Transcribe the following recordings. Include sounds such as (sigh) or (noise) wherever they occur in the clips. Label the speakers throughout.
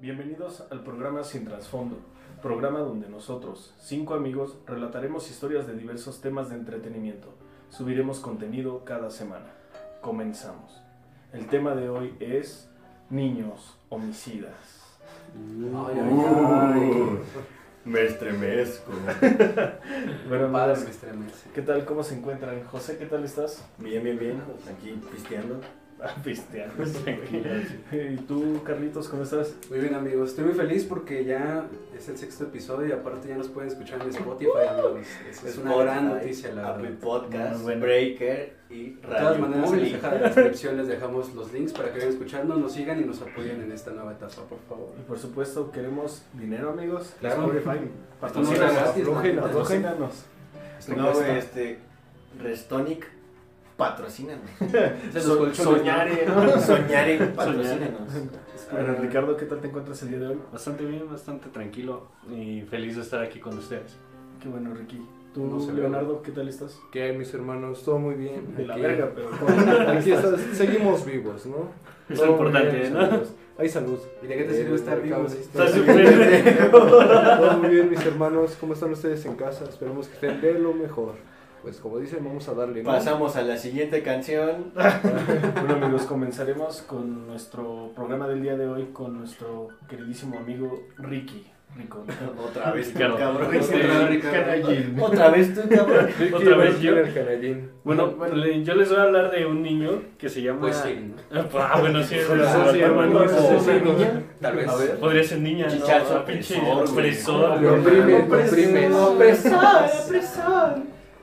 Speaker 1: Bienvenidos al programa Sin Trasfondo, programa donde nosotros, cinco amigos, relataremos historias de diversos temas de entretenimiento. Subiremos contenido cada semana. Comenzamos. El tema de hoy es niños homicidas.
Speaker 2: Ay, ay,
Speaker 3: Me estremezco.
Speaker 1: Bueno,
Speaker 2: ay. Padre,
Speaker 1: amigos,
Speaker 2: me estremece.
Speaker 1: ¿Qué tal? ¿Cómo se encuentran? José, ¿qué tal estás?
Speaker 3: Bien, bien, bien. Aquí pisteando.
Speaker 1: Ah, pisteando.
Speaker 2: Pues,
Speaker 1: ¿Y tú, Carlitos, cómo estás?
Speaker 2: Muy bien, amigos. Estoy muy feliz porque ya es el sexto episodio y aparte ya nos pueden escuchar en Spotify, amigos. Eso es una gran noticia, la
Speaker 3: Apple
Speaker 2: verdad.
Speaker 3: Podcast,
Speaker 1: Muy bueno.
Speaker 3: Breaker y
Speaker 2: De todas
Speaker 3: Radio
Speaker 2: maneras, en la
Speaker 3: Public.
Speaker 2: caja de la descripción les dejamos los links para que vayan escuchando, nos sigan y nos apoyen en esta nueva etapa, por favor.
Speaker 1: Y por supuesto, queremos dinero, amigos.
Speaker 2: Claro.
Speaker 1: Spotify.
Speaker 2: Patrocínanos,
Speaker 1: Patrocínanos, aflójenos,
Speaker 2: patrocínanos.
Speaker 1: aflójenos.
Speaker 2: Esto
Speaker 3: No, güey,
Speaker 2: cuesta.
Speaker 3: este. Restonic,
Speaker 2: (laughs)
Speaker 3: patrocínanos.
Speaker 2: Es de los
Speaker 1: So-
Speaker 2: colchones, ¿no?
Speaker 1: soñare, ¿no?
Speaker 3: Soñare, patrocínanos.
Speaker 1: Bueno, Ricardo, ¿qué tal te encuentras el día de hoy?
Speaker 4: Bastante bien, bastante tranquilo y feliz de estar aquí con ustedes.
Speaker 1: Qué bueno, Ricky. Tú,
Speaker 5: No se ve.
Speaker 1: Leonardo, ¿qué tal estás?
Speaker 5: ¿Qué hay, mis hermanos? Todo muy bien.
Speaker 1: De la
Speaker 5: Aquí-
Speaker 1: verga, (laughs) pero
Speaker 5: Aquí estás- seguimos vivos, ¿no?
Speaker 4: Es
Speaker 5: Todo
Speaker 4: lo
Speaker 5: muy
Speaker 4: importante,
Speaker 5: bien,
Speaker 4: ¿no?
Speaker 5: amigos. Hay salud.
Speaker 2: ¿Y de qué te sirve
Speaker 5: Eh,
Speaker 2: estar vivo?
Speaker 5: cabrón.
Speaker 4: Estás súper
Speaker 5: Todo muy bien, mis hermanos. ¿Cómo están ustedes en casa? Esperemos que estén de lo mejor. Pues como dicen, vamos a darle. ¿no?
Speaker 3: Pasamos a la siguiente canción.
Speaker 1: Bueno, amigos, comenzaremos con nuestro programa del día de hoy con nuestro queridísimo amigo Ricky. Rico.
Speaker 3: Otra vez, tú,
Speaker 4: Ricardo.
Speaker 3: cabrón.
Speaker 4: Este,
Speaker 2: (laughs) Otra vez, Ricardo.
Speaker 1: Canallín.
Speaker 3: Otra vez tú, cabrón.
Speaker 5: Ricky
Speaker 4: Otra vez
Speaker 5: Martín
Speaker 4: yo.
Speaker 5: el canallín.
Speaker 4: Bueno, le- yo les voy a hablar de un niño que se llama.
Speaker 2: Pues sí, ¿no?
Speaker 4: Ah, bueno, sí,
Speaker 5: Eso
Speaker 4: bueno,
Speaker 5: sí,
Speaker 4: bueno,
Speaker 5: bueno,
Speaker 4: bueno,
Speaker 5: eso sí.
Speaker 4: bueno.
Speaker 2: Tal vez.
Speaker 3: A ver.
Speaker 4: Podría ser niña, ¿no?
Speaker 3: Chichazo
Speaker 4: Ah, pinche
Speaker 3: opresor, güey.
Speaker 4: opresor,
Speaker 5: Lo
Speaker 4: güey.
Speaker 5: oprime, lo oprime.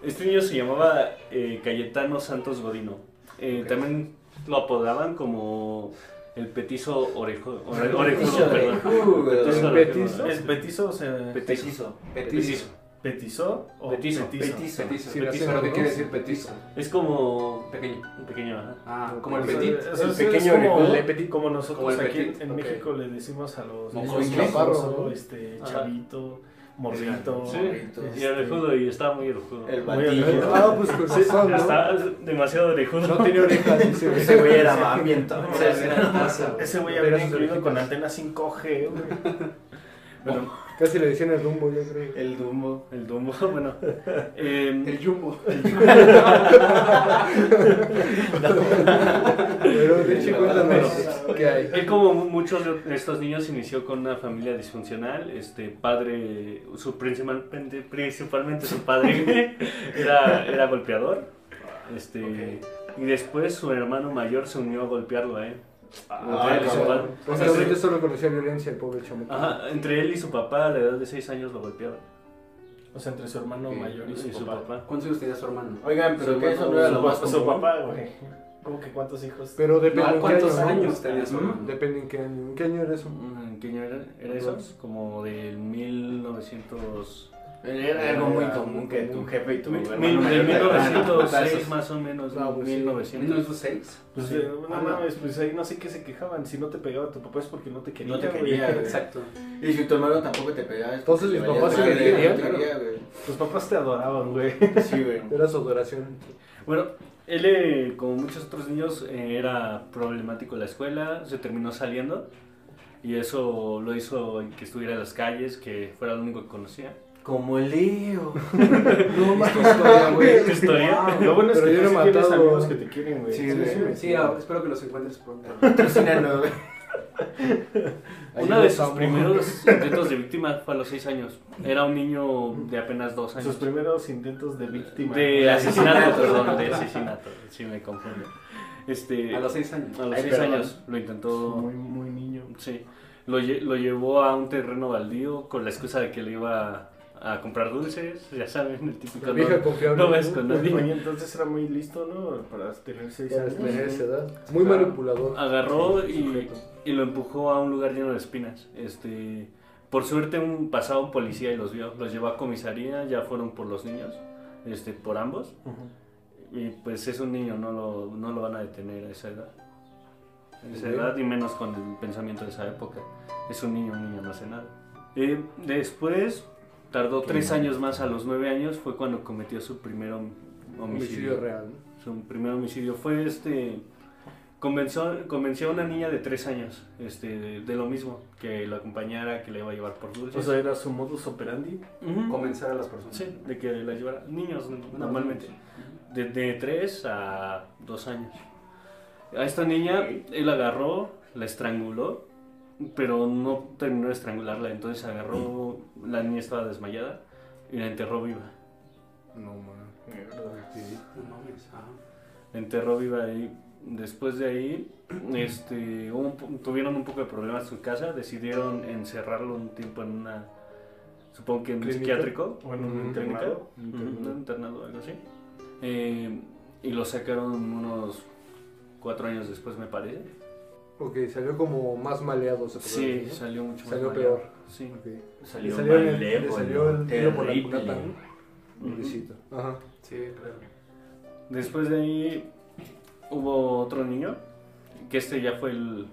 Speaker 4: Este niño se llamaba eh, Cayetano Santos Godino. Eh,
Speaker 2: Ok.
Speaker 4: También lo apodaban como el petizo orejo, ore- orejudo,
Speaker 3: Petizo
Speaker 4: perdón.
Speaker 3: orejudo.
Speaker 4: Petizo
Speaker 5: Petizo.
Speaker 4: orejudo.
Speaker 1: ¿Es petizo o sea,
Speaker 3: Petizo.
Speaker 4: Petizo.
Speaker 1: petizó o
Speaker 4: Petizo.
Speaker 3: Petizo.
Speaker 2: Petiso. Petiso,
Speaker 5: Sí,
Speaker 2: ¿Pero
Speaker 5: la
Speaker 2: qué
Speaker 5: hacemos,
Speaker 2: quiere
Speaker 5: ¿no?
Speaker 2: decir petiso?
Speaker 4: Es como
Speaker 2: Pequeño.
Speaker 4: un pequeño, ajá.
Speaker 2: Ah, como el
Speaker 1: O sea,
Speaker 2: petit.
Speaker 1: eso es-
Speaker 3: El pequeño
Speaker 1: es como,
Speaker 3: orejudo.
Speaker 1: le petit, como
Speaker 2: Como
Speaker 1: nosotros
Speaker 2: el
Speaker 1: aquí
Speaker 2: petit,
Speaker 1: en
Speaker 2: ok.
Speaker 1: México le decimos a los
Speaker 2: Mocoso,
Speaker 1: niños
Speaker 3: inglés.
Speaker 1: mocoso, este,
Speaker 4: Ajá.
Speaker 1: chavito, morrito.
Speaker 4: Sí.
Speaker 3: Morrito.
Speaker 4: Y orejudo, y estaba muy orejudo.
Speaker 3: El
Speaker 1: Muy
Speaker 3: batillo.
Speaker 1: orejudo.
Speaker 5: Ah, pues con razón, ¿no?
Speaker 4: Estaba demasiado orejudo.
Speaker 5: No tiene orejas, dice.
Speaker 3: Ese güey era mami entonces.
Speaker 1: Ese güey
Speaker 5: Pero
Speaker 1: habría
Speaker 5: sus
Speaker 1: incluido con
Speaker 5: orejitas.
Speaker 1: antena 5G, güey.
Speaker 5: Casi le decían el rumbo, yo creo.
Speaker 3: El Dumbo.
Speaker 4: El Dumbo, (laughs) bueno. eh,
Speaker 2: El jumbo.
Speaker 5: Pero Richie, cuéntanos
Speaker 3: Pero-
Speaker 5: qué hay.
Speaker 4: él, como mu- muchos de estos niños, inició con una familia disfuncional. Este padre, su principalmente, principalmente su padre (laughs) era, era golpeador. Este, Y después su hermano mayor se unió a golpearlo a él.
Speaker 3: Ah,
Speaker 4: Entre él y su
Speaker 3: cabrón.
Speaker 4: padre.
Speaker 5: O sea, ahorita solo conocía violencia el pobre chamo.
Speaker 4: Ajá, entre él y su papá, a la edad de 6 años, lo golpearon.
Speaker 1: O sea, entre su hermano
Speaker 2: Sí,
Speaker 1: mayor y su,
Speaker 4: Y su
Speaker 1: papá.
Speaker 4: papá.
Speaker 2: ¿Cuántos años tenía su hermano?
Speaker 3: Oigan, pero que eso no era
Speaker 1: Su
Speaker 3: lo
Speaker 1: pa-
Speaker 3: más
Speaker 1: su
Speaker 3: común?
Speaker 1: papá, güey. ¿Cómo que cuántos hijos?
Speaker 5: Pero depende
Speaker 2: No,
Speaker 5: en qué
Speaker 2: ¿Cuántos
Speaker 5: año, ¿no?
Speaker 2: años tenía su hermano?
Speaker 5: Depende en qué año. ¿En qué año era eso?
Speaker 4: Mm, ¿Qué año era, era eso? Como del 1900...
Speaker 3: Era algo muy común que tu jefe y tu
Speaker 4: Mil-
Speaker 3: hermano
Speaker 4: mil-
Speaker 3: mayor
Speaker 4: del
Speaker 3: te agarraran a
Speaker 4: 1906
Speaker 3: putazos.
Speaker 4: más o menos,
Speaker 5: No, pues sí.
Speaker 4: 1900.
Speaker 2: 1906.
Speaker 1: (laughs) Pues,
Speaker 4: Sí.
Speaker 1: eh, no
Speaker 2: Ah, no.
Speaker 1: mames, pues ahí no sé qué se quejaban. Si no te pegaba tu papá es porque no te quería.
Speaker 3: No te
Speaker 1: güey.
Speaker 3: quería, güey.
Speaker 2: Exacto.
Speaker 3: Y si tu hermano tampoco te pegaba. es
Speaker 5: Entonces,
Speaker 3: porque
Speaker 5: ¿mis
Speaker 3: le valía
Speaker 5: papás se
Speaker 3: madre,
Speaker 5: querían?
Speaker 3: no te quería, güey.
Speaker 1: (laughs) Tus papás te adoraban, güey.
Speaker 3: (laughs) Sí, güey.
Speaker 5: Era su adoración.
Speaker 4: Bueno, él, eh, como muchos otros niños, eh, era problemático en la escuela, se terminó saliendo y eso lo hizo que estuviera en las calles, que fuera lo único que conocía.
Speaker 3: Como el Leo.
Speaker 2: No más (laughs) historia,
Speaker 4: ¿Qué
Speaker 2: güey.
Speaker 4: historia?
Speaker 1: Lo bueno es
Speaker 5: Pero
Speaker 1: que
Speaker 5: yo
Speaker 1: tú
Speaker 5: no he
Speaker 1: sí tienes
Speaker 5: matado.
Speaker 1: amigos que te quieren, güey.
Speaker 3: Sí, güey.
Speaker 1: güey.
Speaker 2: Sí, ah, espero que los encuentres pronto.
Speaker 3: Patrocínalo, güey.
Speaker 5: Ahí
Speaker 4: Una de sus
Speaker 5: estamos.
Speaker 4: primeros intentos de víctima fue a los 6 años. Era un niño de apenas 2
Speaker 1: Sus
Speaker 4: años.
Speaker 1: primeros intentos de víctima.
Speaker 4: De asesinato, perdón, de asesinato. Sí, me confundo. Este,
Speaker 2: A los 6 años.
Speaker 4: a los
Speaker 3: Ay,
Speaker 4: seis
Speaker 3: perdón.
Speaker 4: años lo intentó.
Speaker 1: Muy, muy niño.
Speaker 4: Sí. Lo, lle- lo llevó a un terreno baldío con la excusa de que le iba a comprar dulces. Ya saben, el típico.
Speaker 5: La vieja
Speaker 4: No,
Speaker 5: confiable.
Speaker 4: no ves con nadie.
Speaker 1: Oye, entonces era muy listo, ¿no? Para tener seis
Speaker 5: Para
Speaker 1: años.
Speaker 5: tener este, esa edad. Muy
Speaker 2: Claro.
Speaker 4: Ah,
Speaker 5: manipulador.
Speaker 4: Agarró y,
Speaker 1: Sujeto.
Speaker 4: y lo empujó a un lugar lleno de espinas. Este, por suerte un, pasaba un policía y los vio. Los llevó a comisaría, ya fueron por los niños, este, por ambos.
Speaker 1: Ujú.
Speaker 4: Y pues es un niño, no lo, no lo van a detener a esa edad. A esa
Speaker 5: Ok.
Speaker 4: edad y menos con el pensamiento de esa época. Es un niño, un niño no hace nada. Eh, después, tardó tres años más, a los nueve años fue cuando cometió su primer hom- homicidio.
Speaker 5: Homicidio real.
Speaker 4: Su primer homicidio fue este... Convenció, convenció a una niña de 3 años este, de, de lo mismo, que la acompañara, que la iba a llevar por dulces.
Speaker 1: O sea, era su modus operandi.
Speaker 4: Ujú.
Speaker 2: Convencer a las personas.
Speaker 4: Sí, de que la llevara. Niños, normalmente. De, de 3 a 2 años. A esta niña, él agarró, la estranguló, pero no terminó de estrangularla. Entonces agarró, la niña estaba desmayada y la enterró viva.
Speaker 5: No, man.
Speaker 2: No mames, Ah, ajá.
Speaker 4: La enterró viva ahí. Después de ahí, (clears throat) este, hubo un po- tuvieron un poco de problemas en su casa. Decidieron encerrarlo un tiempo en una, supongo que en un
Speaker 1: ¿Clínica?
Speaker 4: psiquiátrico.
Speaker 1: O en un
Speaker 5: Ujú.
Speaker 1: internado.
Speaker 4: Ujú, un internado o algo así. Eh, y lo sacaron unos cuatro años después, me parece.
Speaker 5: Ok, salió como más maleado, se podría
Speaker 4: Sí,
Speaker 5: decir, ¿no?
Speaker 4: salió mucho más
Speaker 5: Salió
Speaker 4: mayor.
Speaker 5: peor.
Speaker 4: Sí.
Speaker 5: Ok.
Speaker 3: Salió
Speaker 5: Le salió el-
Speaker 3: malévolo,
Speaker 5: le salió el tiro por la
Speaker 3: terrible.
Speaker 5: culata, ¿no?
Speaker 4: Ujú.
Speaker 5: Pobrecito. Ajá.
Speaker 2: Sí, claro.
Speaker 4: Después de ahí hubo otro niño, que este ya fue el...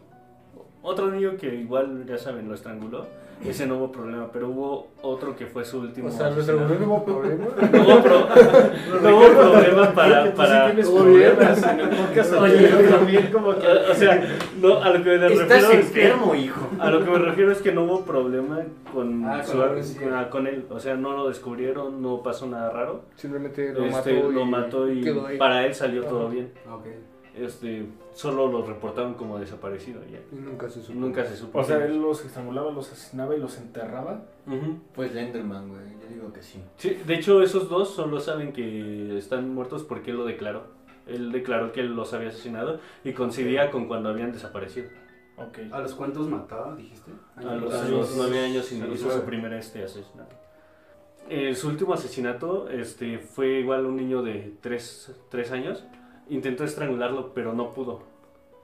Speaker 4: Otro niño que igual, ya saben, lo estranguló. Ese no hubo problema, pero huvo otro que fue su último...
Speaker 5: O sea, nuestro
Speaker 4: asesinato.
Speaker 5: gobierno hubo problema.
Speaker 4: (laughs) No hubo,
Speaker 5: (laughs)
Speaker 4: pro- (laughs) no hubo problema para... para...
Speaker 1: Tienes problemas en el podcast
Speaker 4: Oye,
Speaker 1: anterior también como que...
Speaker 4: O sea, no, a lo que me refiero
Speaker 3: Estás
Speaker 4: es que-
Speaker 3: enfermo, hijo.
Speaker 4: A lo que me refiero es que no hubo problema con,
Speaker 2: Ah, con
Speaker 4: su-
Speaker 2: la policía.
Speaker 4: con- ah, con él. O sea, no lo descubrieron, no pasó nada raro.
Speaker 5: Simplemente lo
Speaker 4: Este,
Speaker 5: mató y
Speaker 4: lo mató y
Speaker 5: quedó ahí.
Speaker 4: para él salió todo
Speaker 5: Ajá.
Speaker 4: bien.
Speaker 2: Ok.
Speaker 4: Este, solo lo reportaron como desaparecido ya.
Speaker 5: Y nunca se supo.
Speaker 4: Nunca se supo.
Speaker 1: O sea, él los estrangulaba, los asesinaba y los enterraba.
Speaker 4: Ujú.
Speaker 3: Pues Lenderman, güey. Yo digo que sí.
Speaker 4: Sí, de hecho, esos dos solo saben que están muertos porque él lo declaró. Él declaró que él los había asesinado y coincidía con cuando habían desaparecido.
Speaker 1: Ok.
Speaker 2: ¿A los cuántos mataba, dijiste?
Speaker 4: A los,
Speaker 1: Años.
Speaker 4: a los nueve años
Speaker 1: A Ah, los
Speaker 4: inició su
Speaker 1: nueve.
Speaker 4: primer este asesinato. Eh, su último asesinato este, fue igual un niño de tres, tres años. Intentó estrangularlo, pero no pudo.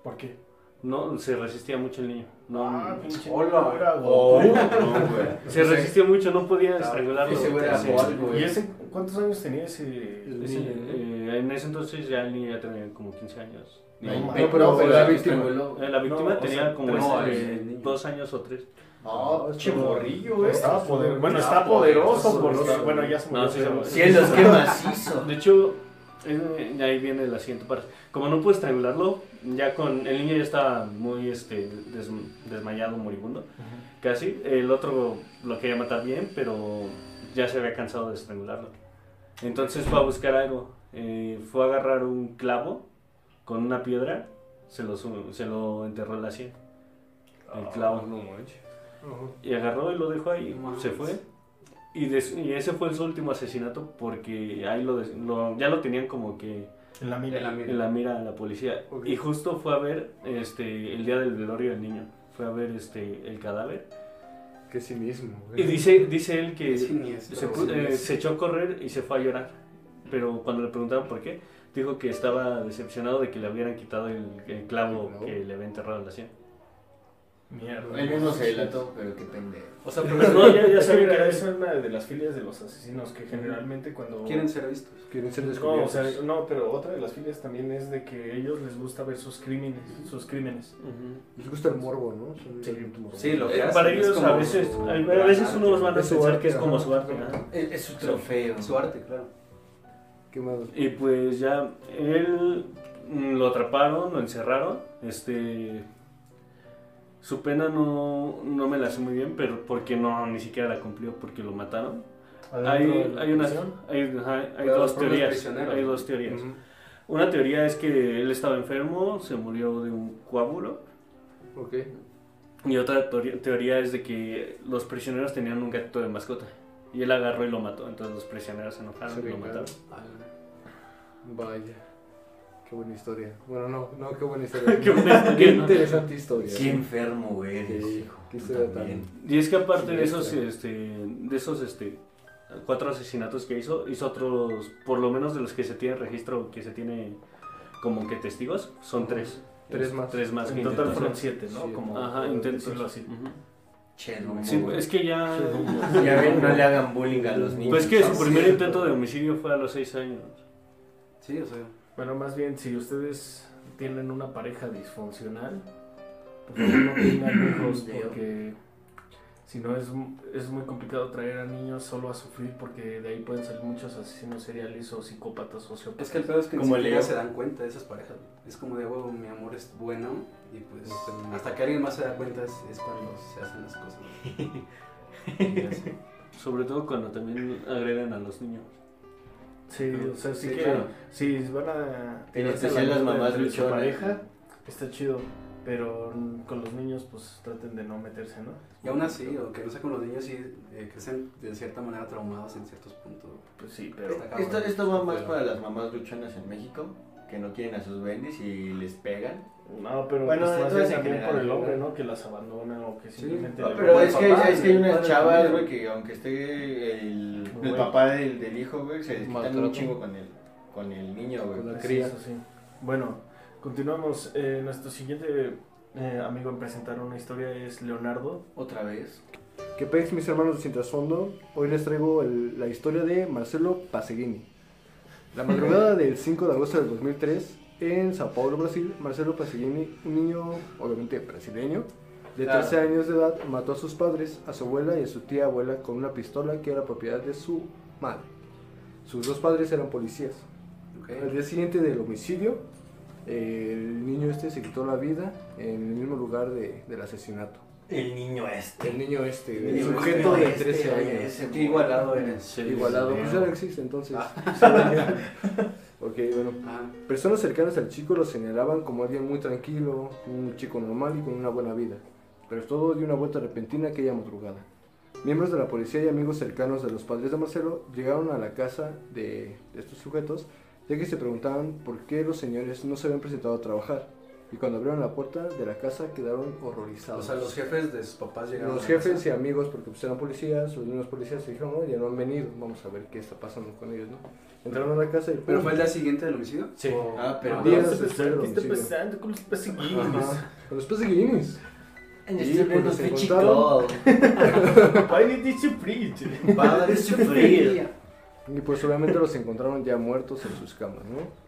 Speaker 1: ¿Por qué?
Speaker 4: No, se resistía mucho el niño. No,
Speaker 3: Ah,
Speaker 1: pinche...
Speaker 2: Hola.
Speaker 1: era
Speaker 3: Oh,
Speaker 1: guapo.
Speaker 3: no, güey.
Speaker 4: se
Speaker 1: pues,
Speaker 4: resistía mucho, no podía
Speaker 2: Claro,
Speaker 4: estrangularlo.
Speaker 3: ese güey era
Speaker 4: Sí.
Speaker 3: gol, güey.
Speaker 1: ¿Y ese cuántos años tenía ese...?
Speaker 5: El
Speaker 4: Ese,
Speaker 5: niño,
Speaker 4: eh, en ese entonces ya el niño ya tenía como 15 años.
Speaker 1: No,
Speaker 3: No,
Speaker 1: pero
Speaker 3: pero
Speaker 5: fue
Speaker 3: la
Speaker 5: la
Speaker 3: víctima.
Speaker 4: Eh, La víctima
Speaker 1: No, o
Speaker 4: tenía
Speaker 1: sea,
Speaker 4: como
Speaker 3: tres
Speaker 4: este,
Speaker 3: años,
Speaker 4: eh,
Speaker 2: niño.
Speaker 4: dos años o tres.
Speaker 3: Ah, pinche morrillo, güey.
Speaker 1: Estaba poderoso. Bueno,
Speaker 3: Estaba
Speaker 1: está poderoso
Speaker 3: poderoso,
Speaker 1: porque...
Speaker 3: güey.
Speaker 1: Bueno, ya se
Speaker 4: No, sí,
Speaker 1: murió.
Speaker 4: se-
Speaker 3: Cielos, qué
Speaker 1: Ah.
Speaker 3: macizo.
Speaker 4: De hecho, eh, ahí viene la siguiente parte. Como no pude estrangularlo, ya con el niño ya estaba muy este, des- desmayado, moribundo, casi. El otro lo quería matar bien, pero ya se había cansado de estrangularlo. Entonces fue a buscar algo. Eh, fue a agarrar un clavo con una piedra, se lo, su- se lo enterró en la sien. El clavo.
Speaker 5: No manches.
Speaker 4: Y agarró y lo dejó ahí,
Speaker 2: No mames.
Speaker 4: se fue. Y, des- y ese fue su último asesinato porque ahí lo, des- lo- ya lo tenían como que
Speaker 1: En la
Speaker 2: En
Speaker 1: mira.
Speaker 2: la mira.
Speaker 4: en la mira a la policía.
Speaker 5: Ok.
Speaker 4: Y justo fue a ver este, el día del velorio del niño. Fue a ver este, el cadáver.
Speaker 5: Qué cinismo.
Speaker 4: Y dice, dice él que
Speaker 2: Qué
Speaker 4: se,
Speaker 2: siniestro,
Speaker 4: pu-
Speaker 2: sí,
Speaker 4: eh,
Speaker 2: sí.
Speaker 4: se echó a correr y se fue a llorar. Pero cuando le preguntaron por qué, dijo que estaba decepcionado de que le hubieran quitado el, el clavo
Speaker 5: clavo.
Speaker 4: que le había enterrado en la sien.
Speaker 1: Mierda.
Speaker 3: Él mismo se delató, pero qué pendejo.
Speaker 4: O sea, pero no,
Speaker 1: Es
Speaker 4: ya, (laughs) ya
Speaker 1: que
Speaker 4: sabía que
Speaker 1: mira,
Speaker 4: era
Speaker 1: es una de las filias de los asesinos que generalmente cuando...
Speaker 2: Quieren ser vistos.
Speaker 5: Quieren ser
Speaker 1: No, o
Speaker 5: descubiertos.
Speaker 1: sea, no, pero otra de las filias también es de que ellos les gusta ver sus crímenes, sus crímenes.
Speaker 4: Ujú.
Speaker 5: Les gusta el morbo, ¿no? Son
Speaker 1: Sí.
Speaker 5: realmente morbosos.
Speaker 2: Sí, lo que
Speaker 4: Eh,
Speaker 2: hacen
Speaker 4: para
Speaker 2: es
Speaker 4: ellos
Speaker 2: como
Speaker 4: a veces,
Speaker 2: su
Speaker 4: a a veces
Speaker 2: gran
Speaker 4: unos
Speaker 2: arte,
Speaker 4: van a
Speaker 5: Es su
Speaker 4: pensar
Speaker 5: arte,
Speaker 4: que es como
Speaker 5: ajá.
Speaker 4: su arte. ajá.
Speaker 3: Es, es su trofeo.
Speaker 2: Su arte, claro.
Speaker 5: ¿Qué más?
Speaker 4: Y pues ya, él mm, lo atraparon, lo encerraron. Este. Su pena no, no me la sé muy bien, pero porque no, ni siquiera la cumplió, porque lo mataron. Hay, hay, unas, hay, ajá, hay
Speaker 2: Pero
Speaker 4: dos
Speaker 2: por los
Speaker 4: teorías.
Speaker 2: prisioneros.
Speaker 4: Hay dos teorías.
Speaker 5: Ujú.
Speaker 4: Una teoría es que él estaba enfermo, se murió de un coágulo.
Speaker 5: Ok.
Speaker 4: Y otra teoría, teoría es de que los prisioneros tenían un gatito de mascota. Y él agarró y lo mató. Entonces los prisioneros se enojaron
Speaker 5: Se
Speaker 4: y lo
Speaker 5: vengaron.
Speaker 4: mataron.
Speaker 5: Vaya. Qué buena historia. Bueno, no, no, qué buena historia.
Speaker 4: Qué buena historia,
Speaker 5: Qué
Speaker 4: ¿no?
Speaker 5: interesante historia.
Speaker 3: Qué enfermo güey, eres,
Speaker 5: Sí,
Speaker 3: hijo.
Speaker 5: qué
Speaker 3: Tú
Speaker 5: historia
Speaker 3: también.
Speaker 4: Y es que aparte de esos,
Speaker 5: Siniestra.
Speaker 4: este, de esos este, cuatro asesinatos que hizo, hizo otros, por lo menos de los que se tiene registro, que se tiene como que testigos, son tres.
Speaker 5: Tres
Speaker 4: Es-
Speaker 5: más.
Speaker 4: Tres más que
Speaker 1: en total
Speaker 4: intentó
Speaker 1: fueron
Speaker 4: hacer.
Speaker 1: siete, ¿no?
Speaker 5: Siete.
Speaker 1: Como
Speaker 4: Ajá,
Speaker 1: por
Speaker 4: intentos.
Speaker 1: decirlo así.
Speaker 4: Ujú.
Speaker 3: Che, no.
Speaker 4: Sí, es que ya...
Speaker 3: (laughs) Ya ven, no le hagan bullying a los niños.
Speaker 4: Pues que su
Speaker 3: Sí.
Speaker 4: primer intento de homicidio fue a los seis años.
Speaker 2: Sí, o sea.
Speaker 1: Bueno, más bien, si ustedes tienen una pues, pareja disfuncional, por favor no tengan hijos
Speaker 3: Veo.
Speaker 1: porque Si no, es, m- es muy complicado traer a niños solo a sufrir porque de ahí pueden salir muchos asesinos seriales o psicópatas, sociópatas.
Speaker 2: Es que el pedo es que ni
Speaker 3: Como el
Speaker 2: siquiera
Speaker 3: Leo.
Speaker 2: se dan cuenta de esas parejas. güey. Es como de, huevo, mi amor es bueno y pues
Speaker 5: No sé.
Speaker 2: hasta que alguien más se da cuenta es, es cuando se hacen las cosas. güey. Y así.
Speaker 4: Sobre todo cuando también agreden a los niños.
Speaker 1: Sí, o sea, si
Speaker 2: Sí,
Speaker 1: quieren-
Speaker 2: claro.
Speaker 1: si van a...
Speaker 3: En
Speaker 1: tirarse a la
Speaker 3: especial las
Speaker 1: mierda
Speaker 3: mamás
Speaker 1: entre su
Speaker 3: luchonas.
Speaker 1: pareja, Está chido, pero mm, con los niños pues traten de no meterse, ¿no?
Speaker 2: Y aún así, aunque no sé con los niños, sí eh, crecen de cierta manera traumados en ciertos puntos. güey.
Speaker 1: Pues sí, pero...
Speaker 2: Está
Speaker 3: Esto,
Speaker 2: cabrón.
Speaker 3: esto va más
Speaker 2: Pero-
Speaker 3: para las mamás luchonas en México, que no quieren a sus bendis y les pegan.
Speaker 1: No, pero
Speaker 3: Bueno,
Speaker 1: pues, más
Speaker 3: entonces,
Speaker 1: bien
Speaker 3: en
Speaker 1: también
Speaker 3: general,
Speaker 1: por el hombre, ¿no? Que las abandona o que simplemente...
Speaker 2: Ah,
Speaker 1: le-
Speaker 3: Pero
Speaker 2: Como el
Speaker 3: es que,
Speaker 2: papá,
Speaker 3: es que hay
Speaker 2: el
Speaker 3: unas
Speaker 2: padre
Speaker 3: chavas,
Speaker 2: también.
Speaker 3: güey, que aunque esté el,
Speaker 1: Güey.
Speaker 3: el papá del, del hijo, güey, se quitan
Speaker 5: Maltrato.
Speaker 3: un chingo con el, con el niño, güey.
Speaker 5: Con la
Speaker 1: Sí,
Speaker 5: cría.
Speaker 1: eso sí. Bueno, continuamos. Eh, nuestro siguiente eh, amigo en presentar una historia es Leonardo.
Speaker 3: Otra vez.
Speaker 5: Que pex, mis hermanos de Sin Trasfondo, hoy les traigo el- la historia de Marcelo Paseguini. La madrugada del 5 de agosto del 2003, en Sao Paulo, Brasil, Marcelo Paseguini, un niño obviamente brasileño, de
Speaker 3: Claro.
Speaker 5: 13 años de edad, mató a sus padres, a su abuela y a su tía abuela con una pistola que era propiedad de su madre. Sus dos padres eran policías.
Speaker 2: Ok.
Speaker 5: Al día siguiente del homicidio, eh, el niño este se quitó la vida en el mismo lugar de- del asesinato.
Speaker 3: El niño este.
Speaker 5: El niño este,
Speaker 3: El
Speaker 5: el
Speaker 3: niño
Speaker 5: sujeto
Speaker 3: este,
Speaker 5: de 13
Speaker 3: güey,
Speaker 5: años.
Speaker 3: ese
Speaker 2: Qué
Speaker 3: güey.
Speaker 2: igualado eres.
Speaker 4: Sí,
Speaker 5: Igualado,
Speaker 4: sí.
Speaker 5: pues ya no existe entonces.
Speaker 3: Ah.
Speaker 5: (laughs) ok, bueno.
Speaker 2: Ajá.
Speaker 5: Personas cercanas al chico lo señalaban como alguien muy tranquilo, un chico normal y con una buena vida. Pero todo dio una vuelta repentina aquella madrugada. Miembros de la policía y amigos cercanos de los padres de Marcelo llegaron a la casa de estos sujetos, ya que se preguntaban por qué los señores no se habían presentado a trabajar. Y cuando abrieron la puerta de la casa quedaron horrorizados.
Speaker 2: O sea, los jefes de sus papás llegaron.
Speaker 5: Los
Speaker 2: a la
Speaker 5: jefes
Speaker 2: casa.
Speaker 5: y amigos, porque pues eran policías, los mismos policías se dijeron, no, ya no han venido, vamos a ver qué está pasando con ellos, ¿no? Entraron a la casa y...
Speaker 2: ¿Pero fue el día siguiente del homicidio?
Speaker 1: Sí.
Speaker 2: O-
Speaker 3: Ah, pero-
Speaker 1: ¿Qué
Speaker 5: Días
Speaker 1: está
Speaker 5: después del
Speaker 1: pensando? Oh, ¿Qué está
Speaker 5: homicidio.
Speaker 1: pensando con los pesiguines?
Speaker 5: Ajá. Pero después de Guinness.
Speaker 3: En
Speaker 5: Y,
Speaker 3: este
Speaker 5: pues,
Speaker 3: mundo
Speaker 5: se
Speaker 3: fue chico.
Speaker 1: (laughs)
Speaker 5: encontraron.
Speaker 1: Why did you preach?
Speaker 5: (laughs)
Speaker 2: Padre sufrir.
Speaker 5: Y pues obviamente los encontraron ya muertos en sus camas, ¿no?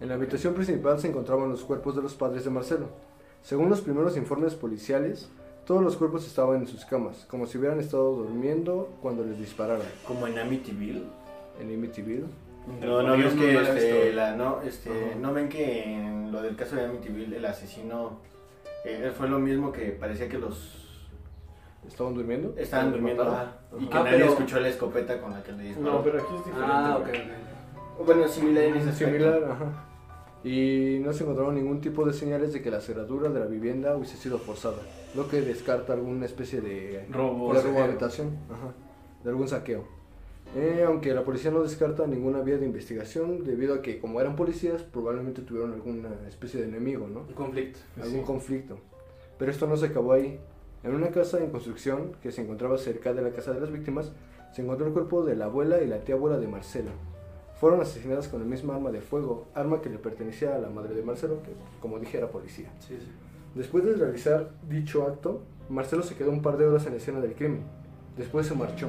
Speaker 5: En la habitación principal se encontraban los cuerpos de los padres de Marcelo. Según los primeros informes policiales, todos los cuerpos estaban en sus camas, como si hubieran estado durmiendo cuando les dispararon.
Speaker 3: Como en Amityville.
Speaker 5: En Amityville.
Speaker 3: No, no, es
Speaker 2: no
Speaker 3: que
Speaker 2: la he
Speaker 3: este,
Speaker 2: visto.
Speaker 3: la, no, este,
Speaker 5: Ajá.
Speaker 3: no ven que en lo del caso de Amityville el asesino eh, fue lo mismo que parecía que los
Speaker 5: ¿Estaban durmiendo?
Speaker 3: estaban durmiendo
Speaker 5: mataron?
Speaker 3: ajá, y que
Speaker 2: Ah,
Speaker 3: nadie
Speaker 2: pero-
Speaker 3: escuchó la escopeta con la que le disparó.
Speaker 1: No, pero aquí es diferente.
Speaker 2: Ah, ok,
Speaker 1: güey.
Speaker 2: ok.
Speaker 3: Bueno, similar en ese aspecto.
Speaker 5: Similar, ajá. Y no se encontraron ningún tipo de señales de que la cerradura de la vivienda hubiese sido forzada, lo que descarta alguna especie de
Speaker 1: Robo,
Speaker 5: por robo
Speaker 2: saqueo.
Speaker 5: habitación, ajá, de algún saqueo. Eh, aunque la policía no descarta ninguna vía de investigación debido a que como eran policías probablemente tuvieron alguna especie de enemigo, ¿no?
Speaker 2: Un conflicto.
Speaker 5: algún conflicto. Pero esto no se acabó ahí. En una casa en construcción que se encontraba cerca de la casa de las víctimas, se encontró el cuerpo de la abuela y la tía abuela de Marcelo. Fueron asesinadas con la misma arma de fuego, arma que le pertenecía a la madre de Marcelo, que como dije era policía.
Speaker 2: Sí, sí.
Speaker 5: Después de realizar dicho acto, Marcelo se quedó un par de horas en la escena del crimen. Después se marchó.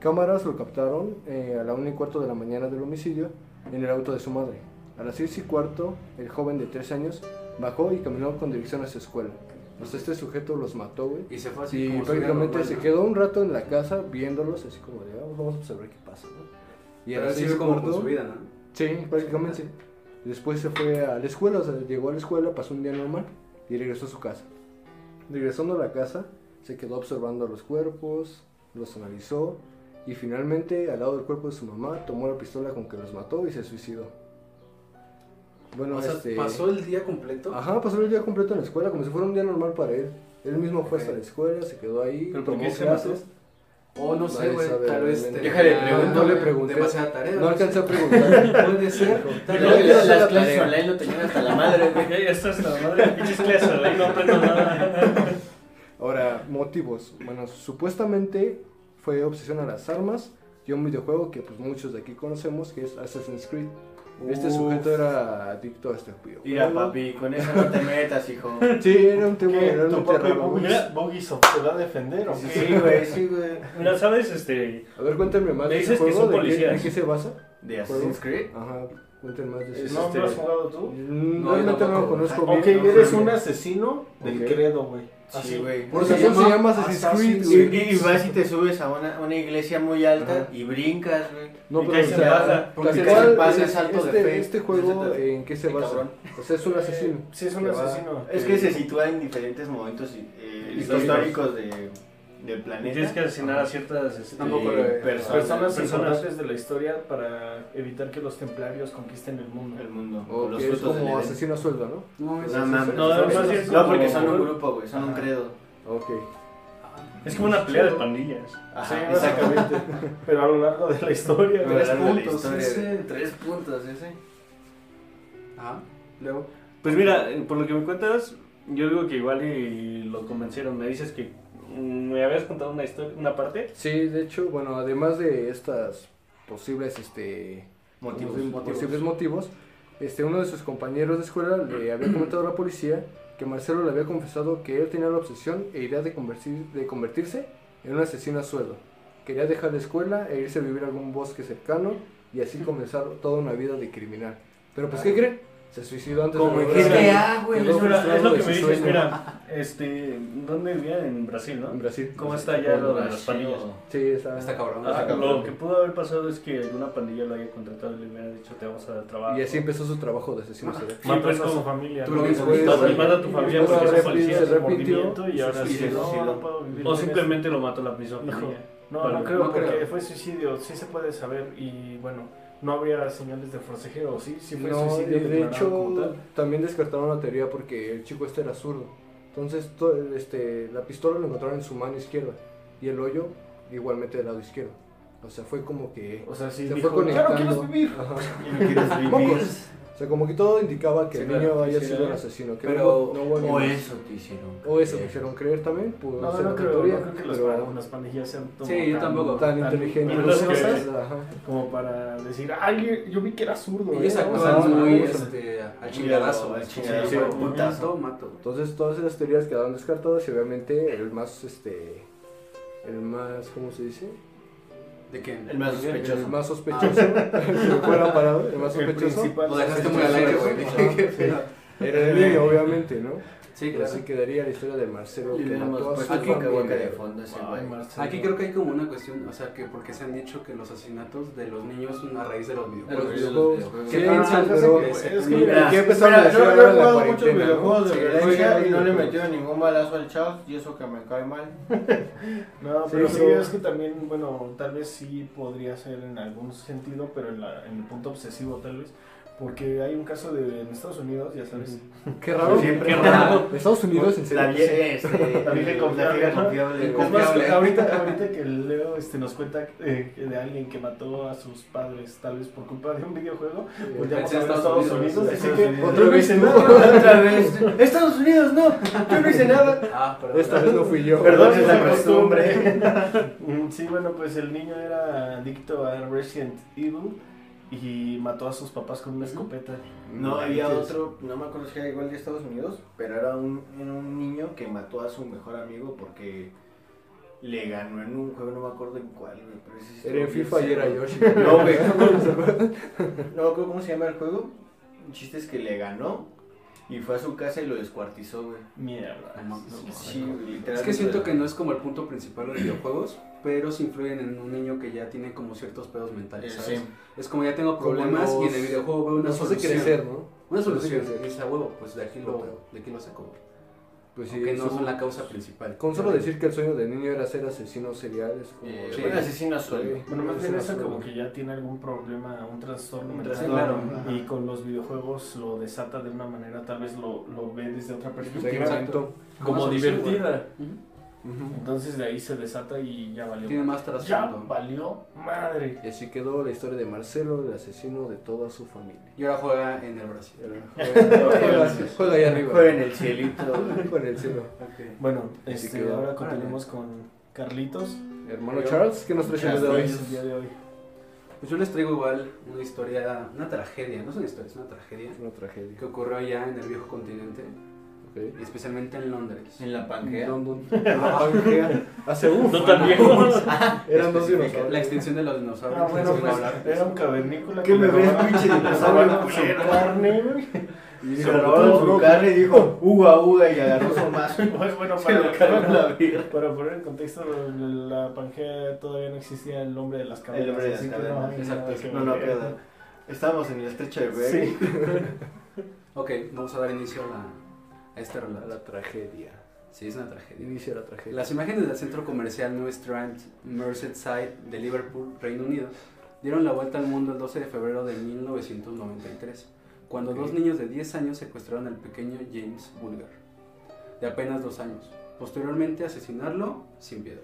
Speaker 5: Cámaras lo captaron eh, a la 1 y cuarto de la mañana del homicidio en el auto de su madre. A las 6 y cuarto, el joven de 3 años bajó y caminó con dirección a su escuela. Pues este sujeto los mató, güey.
Speaker 2: Y se fue así.
Speaker 5: Y
Speaker 2: como si hubiera
Speaker 5: prácticamente
Speaker 2: normal,
Speaker 5: se
Speaker 2: ¿no?
Speaker 5: quedó un rato en la casa viéndolos, así como de, "Ah, vamos a observar qué pasa, ¿no? Y a
Speaker 2: Pero
Speaker 5: las
Speaker 2: él
Speaker 5: seis
Speaker 2: sigue
Speaker 5: y
Speaker 2: como con
Speaker 5: cuarto-
Speaker 2: su vida, ¿no?
Speaker 5: Sí, prácticamente. Después se fue a la escuela, o sea, llegó a la escuela, pasó un día normal y regresó a su casa. Regresando a la casa, se quedó observando los cuerpos, los analizó y finalmente, al lado del cuerpo de su mamá, tomó la pistola con que los mató y se suicidó. Bueno,
Speaker 2: O sea,
Speaker 5: este...
Speaker 2: pasó el día completo.
Speaker 5: Ajá, pasó el día completo en la escuela, como si fuera un día normal para él. Él mismo fue
Speaker 2: Ok.
Speaker 5: hasta la escuela, se quedó ahí,
Speaker 4: ¿Pero por
Speaker 5: tomó
Speaker 4: qué se mató?
Speaker 5: clases.
Speaker 2: O Oh, no sé,
Speaker 5: Nadie
Speaker 2: güey.
Speaker 5: sabe
Speaker 2: Tal vez.
Speaker 5: realmente.
Speaker 2: tenía
Speaker 3: Déjale, pregunto,
Speaker 5: no le pregunté.
Speaker 2: Demasiada tarea.
Speaker 5: No alcancé
Speaker 2: sé.
Speaker 5: a preguntar.
Speaker 2: (laughs) Puede ser.
Speaker 3: Y
Speaker 2: Tal
Speaker 3: luego
Speaker 5: Yo
Speaker 2: vez.
Speaker 5: quiero
Speaker 3: las
Speaker 5: hacer la
Speaker 3: clases
Speaker 5: tarea.
Speaker 3: online lo tenían hasta la madre, güey.
Speaker 4: Ya, ya estás la madre de pinches clases, ahí no aprendo nada.
Speaker 5: Ahora, motivos. Bueno, supuestamente fue obsesión a las armas y a un videojuego que pues muchos de aquí conocemos que es Assassin's Creed. (laughs) Este
Speaker 3: Uf.
Speaker 5: sujeto era adicto a este videojuego.
Speaker 3: Mira, papi, con eso no te metas,
Speaker 5: (laughs)
Speaker 3: hijo.
Speaker 5: Sí, era un tema
Speaker 1: ¿Qué?
Speaker 5: era
Speaker 1: ¿Tu
Speaker 5: un
Speaker 1: papi
Speaker 5: terror, ¿no?
Speaker 1: Bogis- Bogisoft te va a defender o qué?
Speaker 3: Sí, güey, sí, güey.
Speaker 4: Mira, ¿sabes? Este,
Speaker 5: A ver, cuéntame más
Speaker 4: Me
Speaker 5: de
Speaker 4: dices
Speaker 5: este
Speaker 4: que
Speaker 5: juego,
Speaker 4: son
Speaker 5: de qué,
Speaker 4: policías.
Speaker 5: de qué se basa.
Speaker 3: ¿De Assassin's Creed?
Speaker 5: Ajá. Cuenten más de
Speaker 1: ¿No
Speaker 5: eso.
Speaker 1: ¿No
Speaker 4: este-
Speaker 1: lo has jugado tú?
Speaker 5: Mm,
Speaker 2: No,
Speaker 5: Realmente
Speaker 2: yo
Speaker 5: no lo
Speaker 2: tampoco.
Speaker 5: conozco bien.
Speaker 1: Ok, eres
Speaker 5: no,
Speaker 1: un asesino del
Speaker 5: Ok.
Speaker 1: credo, güey.
Speaker 3: Sí, güey.
Speaker 5: ¿Ah, Por eso se llama Assassin's Creed, güey.
Speaker 3: Y, y vas y te subes a una, una iglesia muy alta y brincas, güey.
Speaker 5: No,
Speaker 4: Y
Speaker 5: pero
Speaker 4: caes
Speaker 5: o
Speaker 4: en
Speaker 5: sea,
Speaker 4: bala.
Speaker 5: tal
Speaker 3: Porque
Speaker 5: cual,
Speaker 3: se pasa
Speaker 5: es-
Speaker 3: salto de
Speaker 5: este,
Speaker 3: fe.
Speaker 5: este juego,
Speaker 3: Etcétera.
Speaker 5: ¿en qué se
Speaker 3: Sí,
Speaker 5: basa?
Speaker 3: cabrón.
Speaker 5: O sea, es un asesino.
Speaker 1: Sí, es un
Speaker 5: Que va-
Speaker 1: asesino.
Speaker 3: Es que se sitúa en diferentes momentos eh,
Speaker 4: Históricos.
Speaker 3: históricos de, del planeta.
Speaker 4: Tienes que asesinar a ciertas este,
Speaker 2: Tampoco
Speaker 3: Eh,
Speaker 2: lo he-
Speaker 1: Personas,
Speaker 3: personas, personas
Speaker 1: importantes de la historia para evitar que los templarios conquisten el mundo.
Speaker 3: del mundo.
Speaker 5: O
Speaker 3: los
Speaker 5: que es
Speaker 3: frutos del
Speaker 5: como
Speaker 3: Edén.
Speaker 5: asesino a sueldo, ¿no?
Speaker 2: No, es
Speaker 3: No, no,
Speaker 2: es- es-
Speaker 3: no,
Speaker 4: no,
Speaker 2: es-
Speaker 4: no,
Speaker 2: es-
Speaker 4: no,
Speaker 3: No, porque son
Speaker 4: como-
Speaker 3: un grupo, güey, son un credo.
Speaker 5: Ok.
Speaker 4: Es como una pelea de pandillas.
Speaker 1: Sí,
Speaker 3: Ajá, exactamente.
Speaker 1: básicamente. Pero a lo largo de la historia, güey.
Speaker 2: Tres
Speaker 3: Hablar de la
Speaker 2: puntos,
Speaker 3: historia,
Speaker 2: ese.
Speaker 3: güey. Tres puntos, ese.
Speaker 2: Ajá.
Speaker 5: Luego,
Speaker 4: Pues mira, eh, por lo que me cuentas, yo digo que igual y lo convencieron. Me dices que mm, me habías contado una historia, una parte.
Speaker 5: sí, de hecho, bueno, además de estas posibles, este,
Speaker 3: Motivos.
Speaker 5: posibles posibles motivos, este, uno de sus compañeros de escuela le había comentado a la policía que Marcelo le había confesado que él tenía la obsesión e idea de, convertir- de convertirse en un asesino a sueldo. Quería dejar la escuela e irse a vivir a algún bosque cercano y así comenzar toda una vida de criminal. Pero pues, ¿qué cree? Se suicidó antes
Speaker 4: Como
Speaker 5: de
Speaker 4: en
Speaker 5: lograr-
Speaker 3: ah,
Speaker 4: GTA,
Speaker 5: güey.
Speaker 4: Es, mira, es lo que me
Speaker 5: Sí,
Speaker 4: dices,
Speaker 5: sueño.
Speaker 4: (laughs) mira, este, ¿dónde vivía? En Brasil,
Speaker 5: En
Speaker 4: ¿no?
Speaker 5: Brasil.
Speaker 4: ¿Cómo está ya lo de las pandillas?
Speaker 3: Brasil.
Speaker 5: Sí, está.
Speaker 2: Está cabrón.
Speaker 4: Ah,
Speaker 3: cabrón.
Speaker 4: lo que pudo haber pasado es que alguna pandilla lo haya contratado y le hubiera dicho te vamos a dar trabajo.
Speaker 5: Y así empezó su trabajo de
Speaker 1: Ah,
Speaker 5: asesino serial.
Speaker 4: Sí,
Speaker 1: Matas
Speaker 4: pues,
Speaker 1: a su
Speaker 4: como-
Speaker 1: familia.
Speaker 5: tú
Speaker 1: ¿no?
Speaker 5: lo
Speaker 1: Y
Speaker 5: después-
Speaker 1: después-
Speaker 5: y
Speaker 4: mata a tu
Speaker 1: y
Speaker 4: familia
Speaker 1: después
Speaker 4: porque
Speaker 1: se
Speaker 4: se
Speaker 1: arrepiente, se
Speaker 5: arrepintió,
Speaker 1: arrepintió y
Speaker 5: se
Speaker 1: ahora sí.
Speaker 3: suicidó.
Speaker 1: No, no puedo vivir
Speaker 4: O
Speaker 1: sin
Speaker 4: simplemente lo mató la misma
Speaker 1: Hijo.
Speaker 4: pandilla.
Speaker 1: esto. No,
Speaker 4: Vale.
Speaker 1: no creo,
Speaker 2: No
Speaker 1: porque
Speaker 2: creo.
Speaker 1: fue suicidio. Sí se puede saber y bueno, no había señales de forcejeo. Sí, sí fue
Speaker 5: No, y
Speaker 1: suicidio.
Speaker 5: de
Speaker 1: declarado como
Speaker 5: hecho,
Speaker 1: tal.
Speaker 5: también descartaron la teoría porque el chico este era zurdo. Entonces, to- este, la pistola lo encontraron en su mano izquierda y el hoyo igualmente del lado izquierdo. O sea, fue como que.
Speaker 1: O sea, sí
Speaker 5: se
Speaker 1: dijo,
Speaker 5: fue conectando.
Speaker 1: claro, quieres vivir.
Speaker 5: Ajá.
Speaker 3: Y (laughs) no (laughs) quieres vivir.
Speaker 5: Mocos. O sea, como que todo indicaba que
Speaker 2: Sí,
Speaker 5: el
Speaker 2: claro,
Speaker 5: niño
Speaker 2: sí,
Speaker 5: había
Speaker 2: sí,
Speaker 5: sido
Speaker 2: claro.
Speaker 5: el asesino. Que
Speaker 2: Pero-
Speaker 5: no, no hubo alguien
Speaker 3: O
Speaker 5: más.
Speaker 3: eso te hicieron.
Speaker 5: O eso me hicieron creer también. pues, Pudo
Speaker 1: No,
Speaker 5: ser
Speaker 1: no
Speaker 5: la
Speaker 1: creo,
Speaker 5: teoría,
Speaker 1: no creo que las,
Speaker 5: pero
Speaker 1: pan- las pandillas sean como
Speaker 2: Sí, yo tampoco.
Speaker 5: tan inteligente.
Speaker 4: Pero las
Speaker 1: minuciosas
Speaker 4: que-
Speaker 5: Ajá.
Speaker 1: como para decir, ay, yo vi que era zurdo.
Speaker 2: Ellos
Speaker 1: ¿eh?
Speaker 2: actúan
Speaker 1: O sea,
Speaker 2: muy
Speaker 1: no,
Speaker 2: este, al
Speaker 3: Muy
Speaker 2: chingadazo.
Speaker 3: al
Speaker 2: güey.
Speaker 3: chingadazo,
Speaker 2: Sí,
Speaker 5: al
Speaker 2: güey,
Speaker 3: putazo.
Speaker 2: punto, mato, güey.
Speaker 5: Entonces todas esas teorías quedaron descartadas y obviamente el más, este, el más, ¿cómo se dice?
Speaker 2: ¿De
Speaker 3: El
Speaker 2: qué?
Speaker 3: más sospechoso.
Speaker 5: El más sospechoso, se me fue la palabra, el más
Speaker 1: El
Speaker 5: sospechoso
Speaker 1: principal.
Speaker 2: Lo dejaste muy al aire, güey. (laughs)
Speaker 5: Ajá,
Speaker 2: Qué pedo.
Speaker 5: era el niño, obviamente, ¿no?
Speaker 2: Sí,
Speaker 5: Pero
Speaker 2: claro.
Speaker 5: así quedaría la historia de Marcelo
Speaker 3: Y
Speaker 5: que
Speaker 3: le hemos
Speaker 5: mató a su
Speaker 3: puesto
Speaker 5: familia.
Speaker 3: boca boca de fondo a ese
Speaker 1: Ay,
Speaker 3: güey.
Speaker 1: Marcelo.
Speaker 2: Aquí creo que hay como una cuestión, o sea, que porque se han dicho que los asesinatos de los niños son a raíz de los
Speaker 5: De los
Speaker 2: videojuegos.
Speaker 5: videojuegos.
Speaker 2: Que
Speaker 5: Sí,
Speaker 2: piensan,
Speaker 5: pero-
Speaker 2: pero-
Speaker 1: Es que
Speaker 2: es que
Speaker 1: mira,
Speaker 5: ¿Y qué empezaron a
Speaker 3: Mira,
Speaker 5: decir
Speaker 3: yo,
Speaker 5: ahora
Speaker 3: yo he
Speaker 5: en la
Speaker 3: jugado muchos
Speaker 5: cuarentena, no?
Speaker 3: videojuegos de
Speaker 5: Sí,
Speaker 3: violencia
Speaker 5: juegan
Speaker 3: y no le
Speaker 5: videojuegos.
Speaker 3: metieron ningún balazo al Charles y eso que me cae mal.
Speaker 1: No,
Speaker 5: Sí,
Speaker 1: pero sí,
Speaker 5: pero-
Speaker 1: es que también, bueno, tal vez sí podría ser en algún sentido, pero en, la- en el punto obsesivo tal vez. Porque hay un caso de, en Estados Unidos, ya sabes.
Speaker 5: Qué raro.
Speaker 3: Siempre.
Speaker 5: Qué raro. Estados Unidos, en
Speaker 3: La
Speaker 5: serio.
Speaker 3: vieja este,
Speaker 1: La vieja
Speaker 3: la
Speaker 1: confiable,
Speaker 3: vieja
Speaker 1: ¿no?
Speaker 3: confiable.
Speaker 1: Es más, (laughs) que ahorita, ahorita que Leo este, nos cuenta eh, de alguien que mató a sus padres, tal vez por culpa de un videojuego, pues ya vamos a ver a Estados Unidos. Así que
Speaker 5: Otra vez tú.
Speaker 3: Otra vez. Estados Unidos, no. Yo no hice nada.
Speaker 2: Ah, perdón.
Speaker 5: Esta vez no fui yo.
Speaker 3: Perdón, es
Speaker 1: esa
Speaker 3: la costumbre.
Speaker 1: Mm, (laughs) Sí, bueno, pues el niño era adicto a Resident Evil y mató a sus papás con una escopeta.
Speaker 3: No, había otro, no me acuerdo si era igual de Estados Unidos, pero era un, era un niño que mató a su mejor amigo porque le ganó en un juego, no me acuerdo en cuál. güey, pero ese sí
Speaker 5: Era en
Speaker 3: estuvo
Speaker 5: FIFA y
Speaker 3: bien
Speaker 5: era pues,
Speaker 3: cerdo.
Speaker 5: Yoshi.
Speaker 3: No,
Speaker 5: (laughs)
Speaker 3: güey. No me acuerdo cómo se llama el juego. El chiste es que le ganó y fue a su casa y lo descuartizó, güey.
Speaker 1: Mierda.
Speaker 2: No mames.
Speaker 3: Sí, literalmente.
Speaker 2: Es que siento que no es como el punto principal de los videojuegos, pero se influyen en un niño que ya tiene como ciertos pedos
Speaker 3: Eh,
Speaker 2: mentales, ¿sabes?
Speaker 3: sí.
Speaker 2: Es como ya tengo
Speaker 5: Como
Speaker 2: problemas y en
Speaker 5: los-
Speaker 2: el videojuego veo una
Speaker 5: Nos hace
Speaker 2: solución.
Speaker 5: crecer, ¿no?
Speaker 2: Una
Speaker 5: Nos hace
Speaker 2: solución.
Speaker 5: crecer.
Speaker 2: Y dice, "A huevo, pues de aquí Pues lo,
Speaker 5: Claro.
Speaker 2: de aquí lo saco. güey".
Speaker 5: Pues sí.
Speaker 2: Aunque no
Speaker 5: eso-
Speaker 2: son la causa principal.
Speaker 5: Con solo decir que el sueño del niño era ser asesino serial es como...
Speaker 3: Eh,
Speaker 2: Sí.
Speaker 3: Un asesino a sueldo.
Speaker 5: Sí.
Speaker 1: Bueno, más
Speaker 5: Es
Speaker 1: bien
Speaker 5: una
Speaker 1: eso como
Speaker 5: prueba.
Speaker 1: que ya tiene algún problema, un trastorno
Speaker 3: Un
Speaker 1: mental.
Speaker 2: Sí, claro.
Speaker 3: Ajá.
Speaker 1: Y con los videojuegos lo desata de una manera, tal vez lo, lo ve desde otra perspectiva.
Speaker 5: Segmento.
Speaker 1: Como divertida.
Speaker 2: Ujú.
Speaker 5: Ujú.
Speaker 1: Entonces de ahí se desata y ya valió.
Speaker 2: Tiene más
Speaker 1: Ya
Speaker 2: trasfondo.
Speaker 1: valió
Speaker 5: (laughs)
Speaker 1: madre.
Speaker 5: Y así quedó la historia de Marcelo, el asesino de toda su familia.
Speaker 2: Y ahora (laughs) juega en el Brasil.
Speaker 5: Juega, juega ahí arriba.
Speaker 3: Juega en el
Speaker 5: (laughs)
Speaker 3: cielito. güey.
Speaker 5: Con el cielo.
Speaker 1: Bueno,
Speaker 5: Así
Speaker 1: este,
Speaker 5: quedó.
Speaker 1: ahora continuamos con Carlitos.
Speaker 5: Hermano Charles, ¿qué nos traes el día de hoy?
Speaker 1: Carlitos, el día de hoy.
Speaker 3: Ah,
Speaker 2: Pues yo les traigo igual una historia, una tragedia, no es una historia, es una tragedia
Speaker 5: Una tragedia.
Speaker 2: que ocurrió allá en el viejo continente.
Speaker 5: ok.
Speaker 2: especialmente en Londres.
Speaker 3: En la panquea.
Speaker 5: London. La Pangea. Hace uf.
Speaker 4: No tan viejos.
Speaker 5: (laughs) Eran dos
Speaker 2: Específica- La
Speaker 5: dinosaurios.
Speaker 2: extinción de los dinosaurios.
Speaker 1: Ah, bueno,
Speaker 2: les vengo a
Speaker 1: pues
Speaker 2: hablar de
Speaker 1: era
Speaker 2: eso.
Speaker 1: un cavernícola
Speaker 3: Que me
Speaker 1: le
Speaker 3: veas
Speaker 1: robaron-
Speaker 3: pinche
Speaker 1: le
Speaker 3: dinosaurio
Speaker 1: robaron
Speaker 3: con su
Speaker 1: su
Speaker 3: carne,
Speaker 1: carne,
Speaker 3: güey.
Speaker 5: Y
Speaker 3: Se
Speaker 5: robaron
Speaker 3: robaron
Speaker 5: su
Speaker 3: su
Speaker 5: ropa.
Speaker 3: carne y dijo, uga, uga, y agarró su mazo.
Speaker 1: Bueno, (laughs) bueno,
Speaker 3: (laughs) Se
Speaker 1: para,
Speaker 3: lo cargó en la
Speaker 1: para, para poner en contexto, la Pangea todavía no existía el hombre de las cavernas.
Speaker 3: El hombre de las
Speaker 1: así que
Speaker 3: cavernas,
Speaker 1: hay
Speaker 2: exacto.
Speaker 1: nada que
Speaker 3: No, no,
Speaker 1: ver.
Speaker 3: queda. Estábamos en el estrecho de Bering.
Speaker 1: Sí.
Speaker 2: Ok, vamos a dar inicio a, la- a este relato.
Speaker 5: La tragedia.
Speaker 2: Sí, es una tragedia.
Speaker 5: Inicia la tragedia.
Speaker 2: Las imágenes del centro comercial New Strand, Merseyside de Liverpool, Reino Unido, dieron la vuelta al mundo el 12 de febrero de 1993, cuando
Speaker 5: Ok.
Speaker 2: dos niños de 10 años secuestraron al pequeño James Bulger, de apenas dos años, posteriormente asesinarlo sin piedad.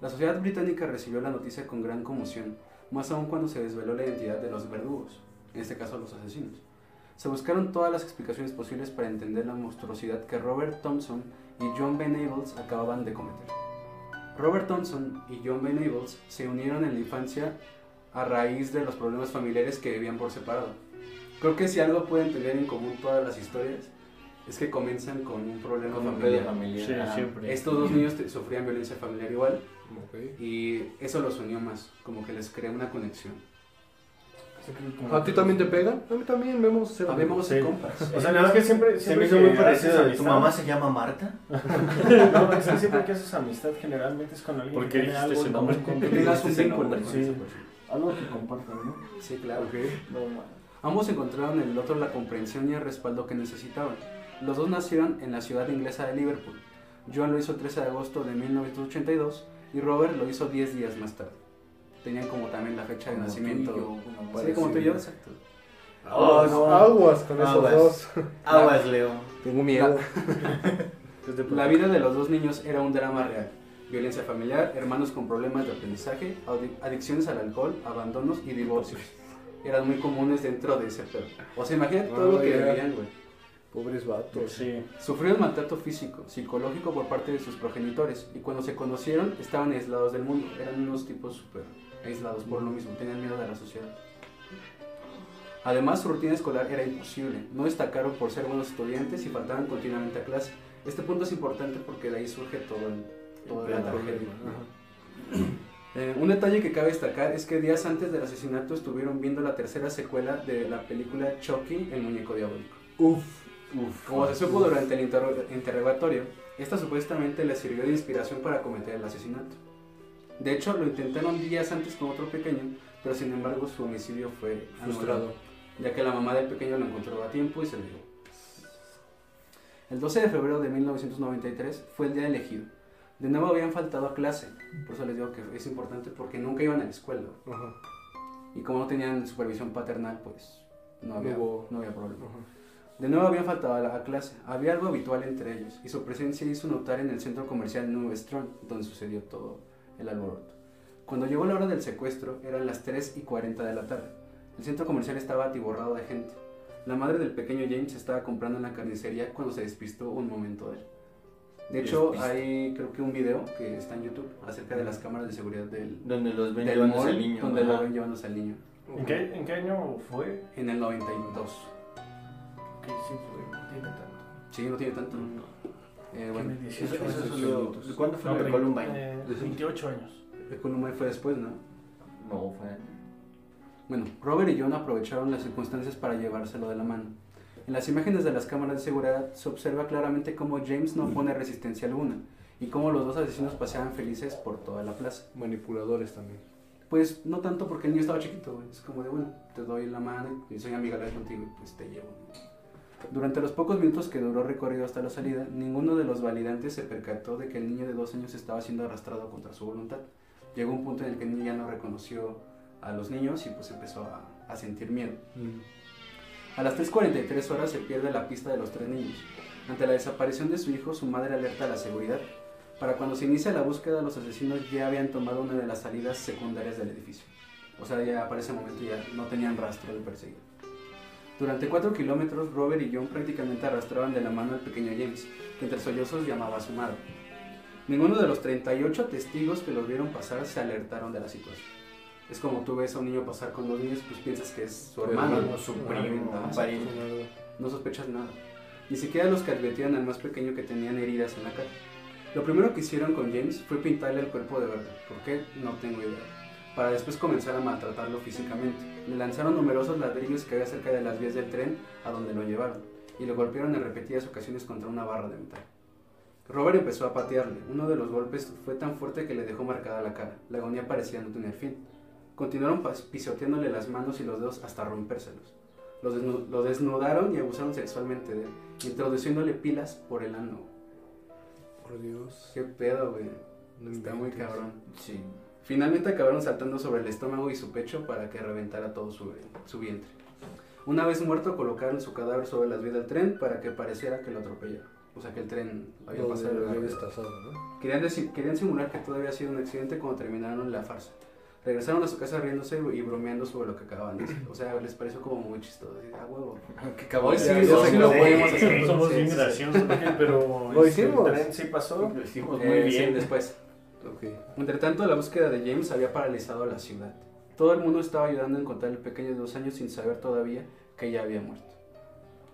Speaker 2: La sociedad británica recibió la noticia con gran conmoción, más aún cuando se desveló la identidad de los verdugos, en este caso los asesinos. Se buscaron todas las explicaciones posibles para entender la monstruosidad que Robert Thompson y John Benables acababan de cometer. Robert Thompson y John Benables se unieron en la infancia a raíz de los problemas familiares que vivían por separado. Creo que si algo pueden tener en común todas las historias es que comienzan con un problema
Speaker 3: Con un pedo
Speaker 2: familiar.
Speaker 3: familiar.
Speaker 4: Sí,
Speaker 3: Ah,
Speaker 4: siempre.
Speaker 2: Estos dos niños te- sufrían violencia familiar igual
Speaker 5: Ok.
Speaker 2: y eso los unió más, como que les creó una conexión.
Speaker 5: ¿A ti también te pegan? A mí también, vemos cero.
Speaker 2: Habemos
Speaker 1: Sí.
Speaker 2: compas.
Speaker 1: O sea, nada más que siempre,
Speaker 3: Se me
Speaker 1: siempre
Speaker 3: hizo muy
Speaker 1: que haces
Speaker 3: parecido. ¿Tu
Speaker 1: amistad- (laughs)
Speaker 3: mamá se llama Marta?
Speaker 1: No, es que siempre que haces amistad generalmente es con alguien
Speaker 4: ¿Por
Speaker 1: que
Speaker 4: qué
Speaker 1: tiene
Speaker 4: dijiste
Speaker 1: algo
Speaker 4: ese
Speaker 1: en
Speaker 4: nombre?
Speaker 1: común
Speaker 2: Que
Speaker 1: contigo.
Speaker 2: tengas un
Speaker 3: Sí,
Speaker 2: vínculo con
Speaker 1: sí.
Speaker 2: esa persona.
Speaker 1: Algo que compartan, ¿no?
Speaker 2: Sí, claro.
Speaker 3: No, ma.
Speaker 2: Ambos encontraron en el otro la comprensión y el respaldo que necesitaban. Los dos nacieron en la ciudad inglesa de Liverpool. John lo hizo el 13 de agosto de 1982 y Robert lo hizo 10 días más tarde. Tenían como también la fecha de
Speaker 3: Como tú y
Speaker 2: nacimiento.
Speaker 3: yo, como
Speaker 2: Sí, como tú y yo,
Speaker 3: parecido.
Speaker 2: exacto.
Speaker 3: Oh,
Speaker 5: Aguas,
Speaker 3: no.
Speaker 5: aguas con esos
Speaker 3: Aguas.
Speaker 5: dos.
Speaker 3: Aguas, Leo.
Speaker 5: Tengo (laughs) miedo.
Speaker 2: La vida de los dos niños era un drama real. Violencia familiar, hermanos con problemas de aprendizaje, adi- adicciones al alcohol, abandonos y divorcios. Eran muy comunes dentro de ese perro. O sea, imagínate todo lo
Speaker 5: Ah,
Speaker 2: que
Speaker 5: ya.
Speaker 2: vivían, güey.
Speaker 5: Pobres vatos.
Speaker 4: Sí.
Speaker 2: Sufrieron maltrato físico, psicológico por parte de sus progenitores y cuando se conocieron estaban aislados del mundo. Eran unos tipos súper aislados por lo mismo, tenían miedo de la sociedad. Además, su rutina escolar era imposible. No destacaron por ser buenos estudiantes y faltaban continuamente a clase. Este punto es importante porque de ahí surge todo el, toda la
Speaker 3: El problema,
Speaker 2: tragedia. Eh, un detalle que cabe destacar es que días antes del asesinato estuvieron viendo la tercera secuela de la película Chucky, el muñeco diabólico.
Speaker 5: Uf.
Speaker 2: Como se supo durante el interro- interrogatorio, esta supuestamente le sirvió de inspiración para cometer el asesinato. De hecho, lo intentaron días antes con otro pequeño, pero sin embargo su homicidio fue anulado,
Speaker 5: Frustrado.
Speaker 2: ya que la mamá del pequeño lo encontró a tiempo y se lo llevó. El 12 de febrero de 1993 fue el día elegido. De nuevo habían faltado a clase, por eso les digo que es importante porque nunca iban a la escuela.
Speaker 5: Ajá.
Speaker 2: Y como no tenían supervisión paternal, pues no había,
Speaker 5: hubo-
Speaker 2: no había problema.
Speaker 5: Ajá.
Speaker 2: De nuevo habían faltado a la clase, había algo habitual entre ellos, y su presencia hizo notar en el centro comercial New Strong, donde sucedió todo el alboroto. Cuando llegó la hora del secuestro, eran las 3 y 40 de la tarde. El centro comercial estaba atiborrado de gente. La madre del pequeño James estaba comprando en la carnicería cuando se despistó un momento de él. De hecho,
Speaker 3: Despiste.
Speaker 2: hay creo que un video que está en YouTube acerca de las cámaras de seguridad del,
Speaker 3: Donde los ven
Speaker 2: del
Speaker 3: llevándose
Speaker 2: mall,
Speaker 3: al niño.
Speaker 2: donde lo
Speaker 3: ajá.
Speaker 2: ven llevándose al niño.
Speaker 1: ¿En qué, ¿En qué año fue?
Speaker 2: En el 92.
Speaker 1: Que sí, fue, no tiene tanto.
Speaker 2: Sí, no tiene tanto.
Speaker 4: Mm.
Speaker 2: Eh, bueno,
Speaker 1: Tiene
Speaker 3: Eso-
Speaker 1: 18
Speaker 3: eso
Speaker 1: años.
Speaker 3: es lo- ¿Cuándo fue
Speaker 1: No,
Speaker 3: lo de
Speaker 1: tre-
Speaker 3: Columbine?
Speaker 1: eh, 28 años.
Speaker 2: el Columbine fue después, ¿no?
Speaker 3: No, fue antes.
Speaker 2: Bueno, Robert y John aprovecharon las circunstancias para llevárselo de la mano. En las imágenes de las cámaras de seguridad se observa claramente cómo James no pone resistencia alguna y cómo los dos asesinos paseaban felices por toda la plaza.
Speaker 5: Manipuladores también.
Speaker 2: Pues no tanto porque el niño estaba chiquito, güey. Es como de, bueno, te doy la mano y soy amiga de contigo y pues te llevo. Durante los pocos minutos que duró recorrido hasta la salida, ninguno de los validantes se percató de que el niño de dos años estaba siendo arrastrado contra su voluntad. Llegó un punto en el que el niño ya no reconoció a los niños y pues empezó a, a sentir miedo. A las 3.43 horas se pierde la pista de los tres niños. Ante la desaparición de su hijo, su madre alerta a la seguridad. Para cuando se inicia la búsqueda, los asesinos ya habían tomado una de las salidas secundarias del edificio. O sea, ya para ese momento ya no tenían rastro del perseguido. Durante 4 kilómetros, Robert y John prácticamente arrastraban de la mano al pequeño James, que entre sollozos llamaba a su madre. Ninguno de los 38 testigos que los vieron pasar se alertaron de la situación. Es como tú ves a un niño pasar con dos niños, pues piensas que es su hermano.
Speaker 3: Hermano, su primo,
Speaker 2: Ah,
Speaker 3: pariente.
Speaker 2: No sospechas nada. ni siquiera los que advertían al más pequeño que tenían heridas en la cara. Lo primero que hicieron con James fue pintarle el cuerpo de verde, ¿por qué? No tengo idea, para después comenzar a maltratarlo físicamente. Le lanzaron numerosos ladrillos que había cerca de las vías del tren a donde lo llevaron, y lo golpearon en repetidas ocasiones contra una barra de metal. Robert empezó a patearle. Uno de los golpes fue tan fuerte que le dejó marcada la cara. La agonía parecía no tener fin. Continuaron pas- pisoteándole las manos y los dedos hasta rompérselos. Lo, desnu- lo desnudaron y abusaron sexualmente de él, introduciéndole pilas por el ano.
Speaker 5: Por Dios.
Speaker 2: Qué pedo, güey.
Speaker 5: no
Speaker 2: Está muy
Speaker 5: inventes.
Speaker 2: cabrón.
Speaker 3: Sí.
Speaker 2: Finalmente acabaron saltando sobre el estómago y su pecho para que reventara todo su, su vientre. Una vez muerto, colocaron su cadáver sobre las vías del tren para que pareciera que lo atropellaron. O sea, que el tren había
Speaker 5: Lo
Speaker 2: pasado.
Speaker 5: de-
Speaker 2: la
Speaker 5: lo había
Speaker 2: barrera.
Speaker 5: destazado, ¿no?
Speaker 2: Querían, deci- querían simular que todo había sido un accidente cuando terminaron la farsa. Regresaron a su casa riéndose y bromeando sobre lo que acababan de hacer. O sea, les pareció como muy chistoso. así, ah, huevo.
Speaker 3: Qué
Speaker 2: Hoy sí, yo
Speaker 3: ya, ya
Speaker 2: sé que
Speaker 3: sí,
Speaker 2: lo
Speaker 3: sí.
Speaker 2: podemos hacer.
Speaker 4: Sí, somos
Speaker 2: Sí,
Speaker 4: bien
Speaker 2: sí, sí.
Speaker 4: graciosos.
Speaker 1: Oye,
Speaker 4: (laughs)
Speaker 1: pero
Speaker 5: Lo
Speaker 1: este,
Speaker 5: hicimos.
Speaker 1: el tren sí pasó.
Speaker 3: Lo
Speaker 5: Pues
Speaker 3: hicimos
Speaker 2: Eh,
Speaker 3: muy
Speaker 2: sí,
Speaker 3: bien.
Speaker 2: después.
Speaker 5: Ok.
Speaker 2: Entre tanto, la búsqueda de James había paralizado la ciudad. Todo el mundo estaba ayudando a encontrar al pequeño de dos años sin saber todavía que ya había muerto.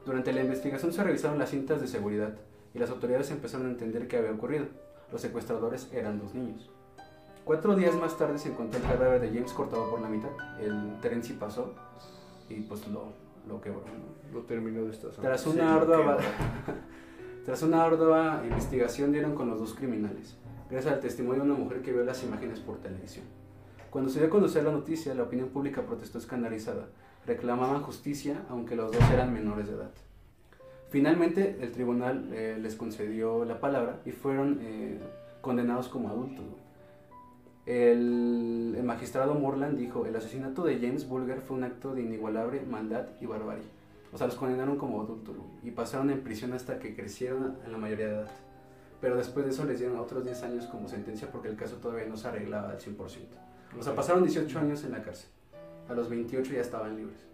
Speaker 2: Durante la investigación se revisaron las cintas de seguridad y las autoridades empezaron a entender qué había ocurrido. Los secuestradores eran dos niños. Cuatro días más tarde se encontró el cadáver de James cortado por la mitad. El tren sí pasó y pues lo, lo quebró. ¿no?
Speaker 5: Lo terminó destazando.
Speaker 2: Tras
Speaker 3: Sí,
Speaker 2: una, ardua,
Speaker 3: qué
Speaker 2: ba-
Speaker 3: bueno.
Speaker 2: (laughs) tras una ardua investigación dieron con los dos criminales, gracias al testimonio de una mujer que vio las imágenes por televisión. Cuando se dio a conocer la noticia, la opinión pública protestó escandalizada. Reclamaban justicia, aunque los dos eran menores de edad. Finalmente, el tribunal eh, les concedió la palabra y fueron eh, condenados como adultos. güey. El, el magistrado Morland dijo, el asesinato de James Bulger fue un acto de inigualable maldad y barbarie. O sea, los condenaron como adultos güey, y pasaron en prisión hasta que crecieron a la mayoría de edad. Pero después de eso les dieron otros 10 años como sentencia porque el caso todavía no se arreglaba al 100%. O sea, pasaron 18 años en la cárcel. A los 28 ya estaban libres.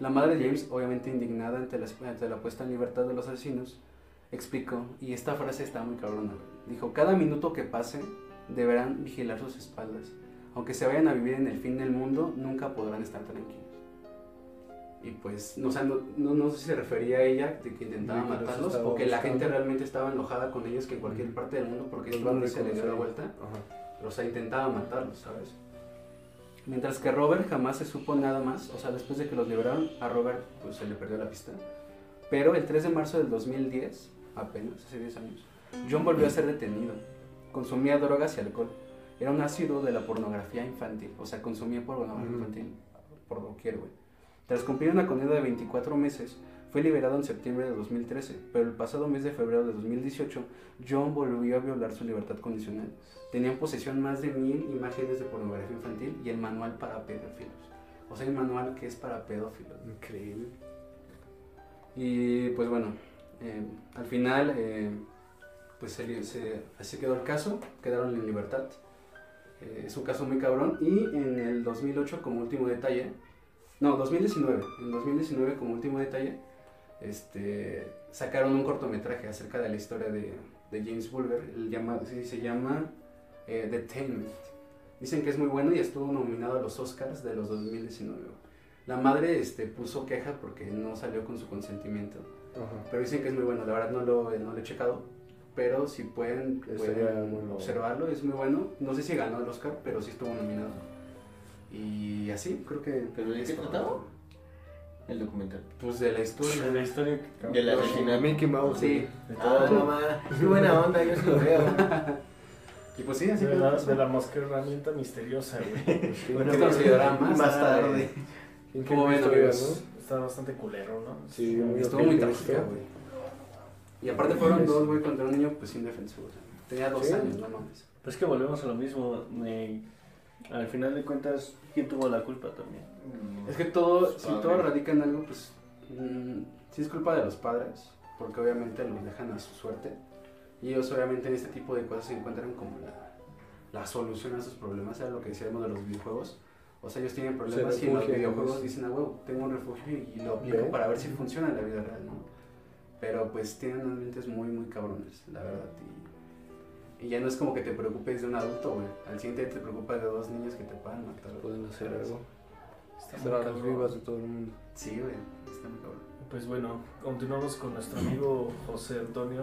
Speaker 2: La madre de James, obviamente indignada ante la, ante la puesta en libertad de los asesinos, explicó, y esta frase está muy cabrona, dijo, cada minuto que pase deberán vigilar sus espaldas. Aunque se vayan a vivir en el fin del mundo, nunca podrán estar tranquilos. Y pues, no, o sea, no, no- no sé si se refería a ella de que intentaba
Speaker 5: De que los
Speaker 2: matarlos
Speaker 5: estaba
Speaker 2: o que la
Speaker 5: buscando.
Speaker 2: gente realmente estaba enojada con ellos que en cualquier
Speaker 5: Ujú.
Speaker 2: parte del mundo porque
Speaker 5: Los
Speaker 2: esto
Speaker 5: van a
Speaker 2: no se le dio la
Speaker 5: reconocer.
Speaker 2: vuelta.
Speaker 5: Ajá.
Speaker 2: O sea, intentaba matarlos, ¿sabes? Mientras que Robert jamás se supo nada más, o sea, después de que los liberaron, a Robert pues se le perdió la pista. Pero el 3 de marzo del 2010, apenas hace 10 años, John volvió a ser detenido. Consumía drogas y alcohol. Era un ácido de la pornografía infantil, o sea, consumía pornografía
Speaker 5: Ujú.
Speaker 2: infantil por doquier, güey. Tras cumplir una condena de 24 meses, fue liberado en septiembre de 2013, pero el pasado mes de febrero de 2018, John volvió a violar su libertad condicional. Tenía en posesión más de mil imágenes de pornografía infantil y el manual para pedófilos. O sea, el manual que es para pedófilos.
Speaker 5: Increíble.
Speaker 2: Y pues bueno, eh, al final, eh, pues se, li- se- así quedó el caso, quedaron en libertad. Eh, es un caso muy cabrón. Y en el 2008, como último detalle, no, 2019, en 2019, como último detalle, este, sacaron un cortometraje acerca de la historia de, de James Bulger. el llama- sí, se llama eh, Detainment. Dicen que es muy bueno y estuvo nominado a los Oscars de los 2019. La madre este, puso queja porque no salió con su consentimiento.
Speaker 5: Ajá.
Speaker 2: Pero dicen que es muy bueno, la verdad no lo, no lo he checado. Pero si pueden,
Speaker 5: Estaría
Speaker 2: pueden
Speaker 5: bueno.
Speaker 2: observarlo, es muy bueno. No sé si ganó el Oscar, pero sí estuvo nominado. Y así, creo que.
Speaker 3: ¿Pero de qué
Speaker 2: es todo.
Speaker 3: trataba? El documental.
Speaker 2: Pues de la historia.
Speaker 4: La historia
Speaker 3: Del asesinato.
Speaker 5: Mickey Mouse.
Speaker 2: Sí.
Speaker 3: Ah, no mames. Qué buena onda, yo sí lo veo.
Speaker 2: Y pues sí, así
Speaker 1: De
Speaker 2: que.
Speaker 1: la, de la mosca herramienta misteriosa, güey.
Speaker 2: (laughs)
Speaker 5: Sí.
Speaker 2: Bueno, Esto se llevará más tarde.
Speaker 3: tarde.
Speaker 5: Increíble
Speaker 2: ¿Cómo ven,
Speaker 5: historia,
Speaker 2: amigos?
Speaker 5: ¿no?
Speaker 1: Está bastante culero, ¿no?
Speaker 5: Sí, muy
Speaker 2: Estuvo muy
Speaker 5: ojete
Speaker 2: trágica,
Speaker 5: esto.
Speaker 2: güey. Y aparte fueron dos, güey, contra un niño, pues indefenso. o sea, Tenía dos
Speaker 5: Sí.
Speaker 2: años, no mames.
Speaker 4: Pues que volvemos a lo mismo. eh, al final de cuentas, ¿quién tuvo la culpa también?
Speaker 2: Es que todo,
Speaker 3: Sus
Speaker 2: si todo
Speaker 3: padres.
Speaker 2: radica en algo, pues mm, sí es culpa de los padres, porque obviamente los dejan a su suerte. Y ellos obviamente en este tipo de cosas se encuentran como la, la solución a sus problemas, era lo que decíamos de los videojuegos. O sea, ellos tienen problemas y en los
Speaker 5: refugian,
Speaker 2: videojuegos
Speaker 5: pues.
Speaker 2: dicen, ah, huevo, tengo un refugio y lo aplico
Speaker 5: Ve.
Speaker 2: para ver si funciona en la vida real, ¿no? Pero pues tienen unas mentes muy, muy cabrones, la verdad. Y, y ya no es como que te preocupes de un adulto, güey. Al siguiente te preocupas de dos niños que te puedan matar.
Speaker 5: Pueden hacer algo.
Speaker 2: Está muy
Speaker 5: Será las
Speaker 2: cabrón.
Speaker 5: vivas de todo el mundo.
Speaker 2: Sí, güey, está muy cabrón.
Speaker 1: Pues bueno, continuamos con nuestro amigo José Antonio.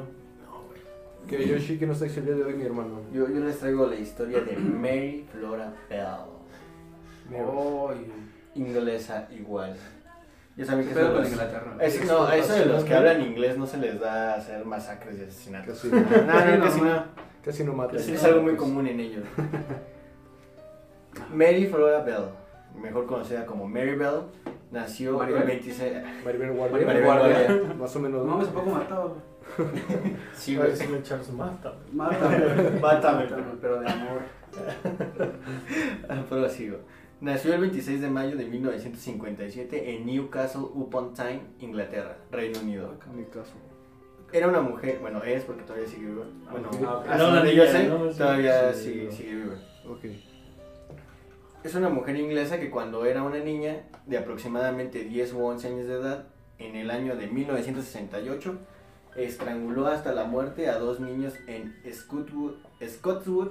Speaker 5: Que Yoshi, que nos traes el día de hoy, mi hermano.
Speaker 3: Yo, yo les traigo la
Speaker 2: (clears throat)
Speaker 3: historia de Mary Flora Bell,
Speaker 2: Oh. Ay,
Speaker 3: inglesa igual. Ya saben
Speaker 2: ¿Qué
Speaker 3: que
Speaker 2: pedo
Speaker 3: son
Speaker 2: con
Speaker 3: los-
Speaker 2: Inglaterra?
Speaker 3: Es-
Speaker 5: Esto
Speaker 3: no, a eso de los
Speaker 5: nacional,
Speaker 3: que
Speaker 5: ¿no?
Speaker 3: hablan inglés no se les da hacer masacres y asesinatos.
Speaker 5: Casi,
Speaker 3: (laughs) No, no,
Speaker 2: Sí,
Speaker 3: casi
Speaker 2: no,
Speaker 3: no.
Speaker 5: casi no mata.
Speaker 3: Es, es algo
Speaker 2: pues.
Speaker 3: muy común
Speaker 2: (laughs)
Speaker 3: en ellos. Mary Flora Bell, mejor conocida como Mary Bell, nació
Speaker 2: Maribel.
Speaker 3: el 26.
Speaker 5: Maribel Guardia.
Speaker 2: Maribel
Speaker 3: Maribel
Speaker 2: Guardia.
Speaker 3: Guardia.
Speaker 5: Más o menos.
Speaker 2: No mames, ¿a poco mataba, güey?
Speaker 3: Sí, güey.
Speaker 1: Parece un Charles Mata.
Speaker 2: Mátame.
Speaker 3: (laughs) Mátame.
Speaker 2: pero de amor.
Speaker 3: Pero Ah, sigo. Nació el 26 de mayo de 1957 en Newcastle upon Tyne, Inglaterra, Reino Unido.
Speaker 5: En mi caso.
Speaker 3: Era una mujer, bueno, es porque todavía sigue viva. Bueno,
Speaker 5: Ah, ok.
Speaker 3: hasta
Speaker 4: Era una
Speaker 3: donde yo
Speaker 4: niña,
Speaker 3: sé,
Speaker 4: ¿no? Sí,
Speaker 3: todavía
Speaker 4: sí,
Speaker 3: sigue,
Speaker 4: viva.
Speaker 3: sigue viva.
Speaker 5: Ok.
Speaker 3: Es una mujer inglesa que cuando era una niña de aproximadamente 10 u 11 años de edad, en el año de 1968, estranguló hasta la muerte a dos niños en Scottwood, Scotswood,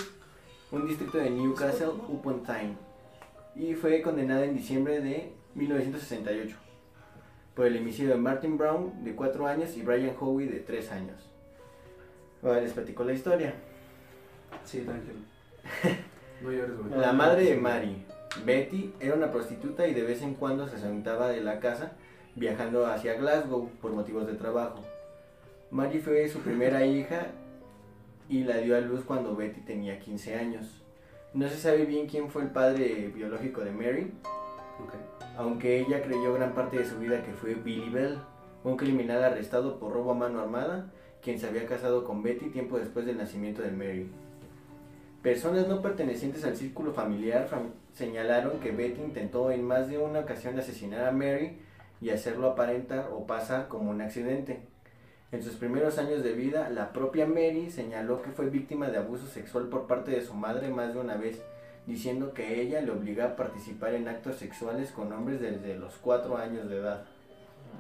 Speaker 3: un distrito de Newcastle upon Tyne, y fue condenada en diciembre de 1968 por el homicidio de Martin Brown, de 4 años, y Brian Howie, de 3 años. Ahora les platico la historia.
Speaker 2: Sí,
Speaker 3: (laughs)
Speaker 2: tranquilo. No llores, güey.
Speaker 3: La madre de Mary, Betty, era una prostituta y de vez en cuando se sentaba de la casa viajando hacia Glasgow por motivos de trabajo. Mary fue su primera hija y la dio a luz cuando Betty tenía 15 años. No se sabe bien quién fue el padre biológico de Mary,
Speaker 2: Ok.
Speaker 3: aunque ella creyó gran parte de su vida que fue Billy Bell, un criminal arrestado por robo a mano armada, quien se había casado con Betty tiempo después del nacimiento de Mary. Personas no pertenecientes al círculo familiar fam- señalaron que Betty intentó en más de una ocasión asesinar a Mary y hacerlo aparentar o pasar como un accidente. En sus primeros años de vida, la propia Mary señaló que fue víctima de abuso sexual por parte de su madre más de una vez, diciendo que ella le obliga a participar en actos sexuales con hombres desde los 4 años de edad.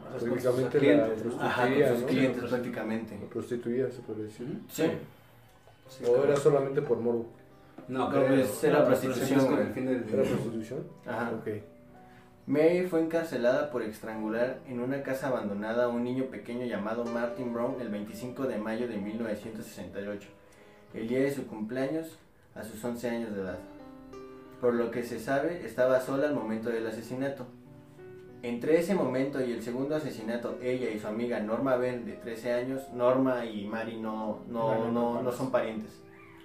Speaker 5: Prácticamente la
Speaker 2: clientes, ¿no?
Speaker 5: prostituía,
Speaker 3: Ajá, con sus
Speaker 5: ¿no?
Speaker 3: clientes prácticamente.
Speaker 5: La prostituía, se puede decir.
Speaker 3: Sí.
Speaker 2: Sí,
Speaker 5: O era
Speaker 2: cabrón.
Speaker 5: solamente por morbo.
Speaker 2: No,
Speaker 3: creo que es la
Speaker 2: No,
Speaker 3: prostitución,
Speaker 2: es pues, con
Speaker 3: güey.
Speaker 2: el fin del
Speaker 5: ¿Era prostitución?
Speaker 2: ah,
Speaker 3: Ajá.
Speaker 5: Ok.
Speaker 3: Mary fue encarcelada por estrangular en una casa abandonada a un niño pequeño llamado Martin Brown el 25 de mayo de 1968, el día de su cumpleaños a sus 11 años de edad. Por lo que se sabe, estaba sola al momento del asesinato. Entre ese momento y el segundo asesinato, ella y su amiga Norma Bell, de 13 años, Norma y Mary no, no, no, no son parientes.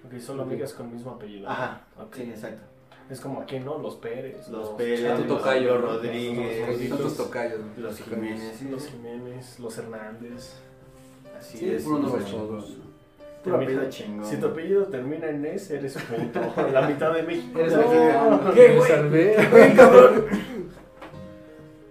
Speaker 1: Ok, solo
Speaker 5: Ok.
Speaker 1: amigas con el mismo apellido.
Speaker 3: Ajá,
Speaker 1: Ok.
Speaker 3: sí, exacto.
Speaker 1: Es como aquí, ¿no? Los Pérez.
Speaker 3: Los Pérez,
Speaker 2: Chato Tocayo,
Speaker 3: los
Speaker 2: ¿no?
Speaker 3: Rodríguez,
Speaker 1: Los-
Speaker 2: Tantos tocayos, güey.
Speaker 3: los Jiménez, sí,
Speaker 1: Los Jiménez, los Hernández.
Speaker 3: así
Speaker 2: Sí,
Speaker 3: es.
Speaker 2: puro nombre
Speaker 3: Sí.
Speaker 2: chingón.
Speaker 3: Pura
Speaker 1: Termina-
Speaker 3: peda chingón.
Speaker 1: Si tu apellido termina en S, eres puto.
Speaker 3: (laughs)
Speaker 1: La mitad de México.
Speaker 2: Eres
Speaker 1: No.
Speaker 2: mexicano. (laughs)
Speaker 5: ¿Qué, Me salvé.
Speaker 3: (laughs)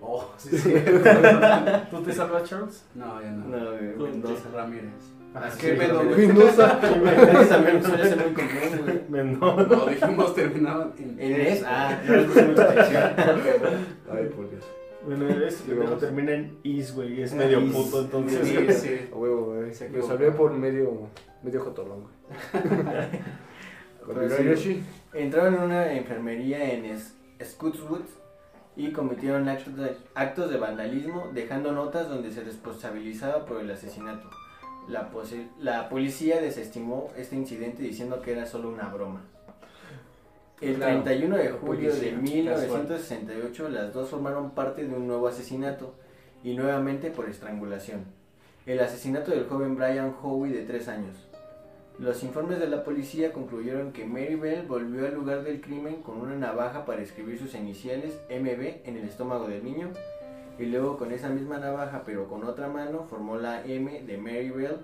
Speaker 2: Oh, sí, sí. no,
Speaker 1: ¿Tú te salvas, Charles?
Speaker 2: ya no.
Speaker 3: No, güey,
Speaker 2: Mendoza
Speaker 3: Mendoza.
Speaker 2: Ramírez.
Speaker 1: Ah,
Speaker 2: ¿Qué
Speaker 1: sí,
Speaker 5: (laughs)
Speaker 2: pedo,
Speaker 5: Pues
Speaker 2: güey?
Speaker 1: (laughs)
Speaker 5: Mendoza.
Speaker 3: Eso también suele ser muy común, güey.
Speaker 1: Mendoza.
Speaker 2: No, dijimos terminaban en
Speaker 3: En es, ah, no les puse mucha atención.
Speaker 2: (laughs)
Speaker 5: Ay, por Dios.
Speaker 1: Bueno, eres,
Speaker 5: Sí, vamos.
Speaker 1: termina en is, güey. Es medio
Speaker 3: Is.
Speaker 1: puto, entonces.
Speaker 2: Sí, sí.
Speaker 5: A huevo, güey.
Speaker 2: Se
Speaker 5: Me
Speaker 2: equivocó.
Speaker 5: salvé por medio, medio jotolón,
Speaker 2: (laughs)
Speaker 5: güey. Continúa,
Speaker 2: Pues
Speaker 3: sí.
Speaker 5: Yoshi. (laughs)
Speaker 3: (laughs) Entraron en una enfermería en Es- Scotswood y cometieron actos de, actos de vandalismo, dejando notas donde se responsabilizaba por el asesinato. La, pose- la policía desestimó este incidente diciendo que era solo una broma. El
Speaker 2: Claro,
Speaker 3: 31 de
Speaker 2: la
Speaker 3: julio de
Speaker 2: policía,
Speaker 3: 1968 las dos formaron parte de un nuevo asesinato y nuevamente por estrangulación. El asesinato del joven Brian Howie de 3 años. Los informes de la policía concluyeron que Mary Bell volvió al lugar del crimen con una navaja para escribir sus iniciales MB en el estómago del niño y luego con esa misma navaja pero con otra mano formó la M de Mary Bell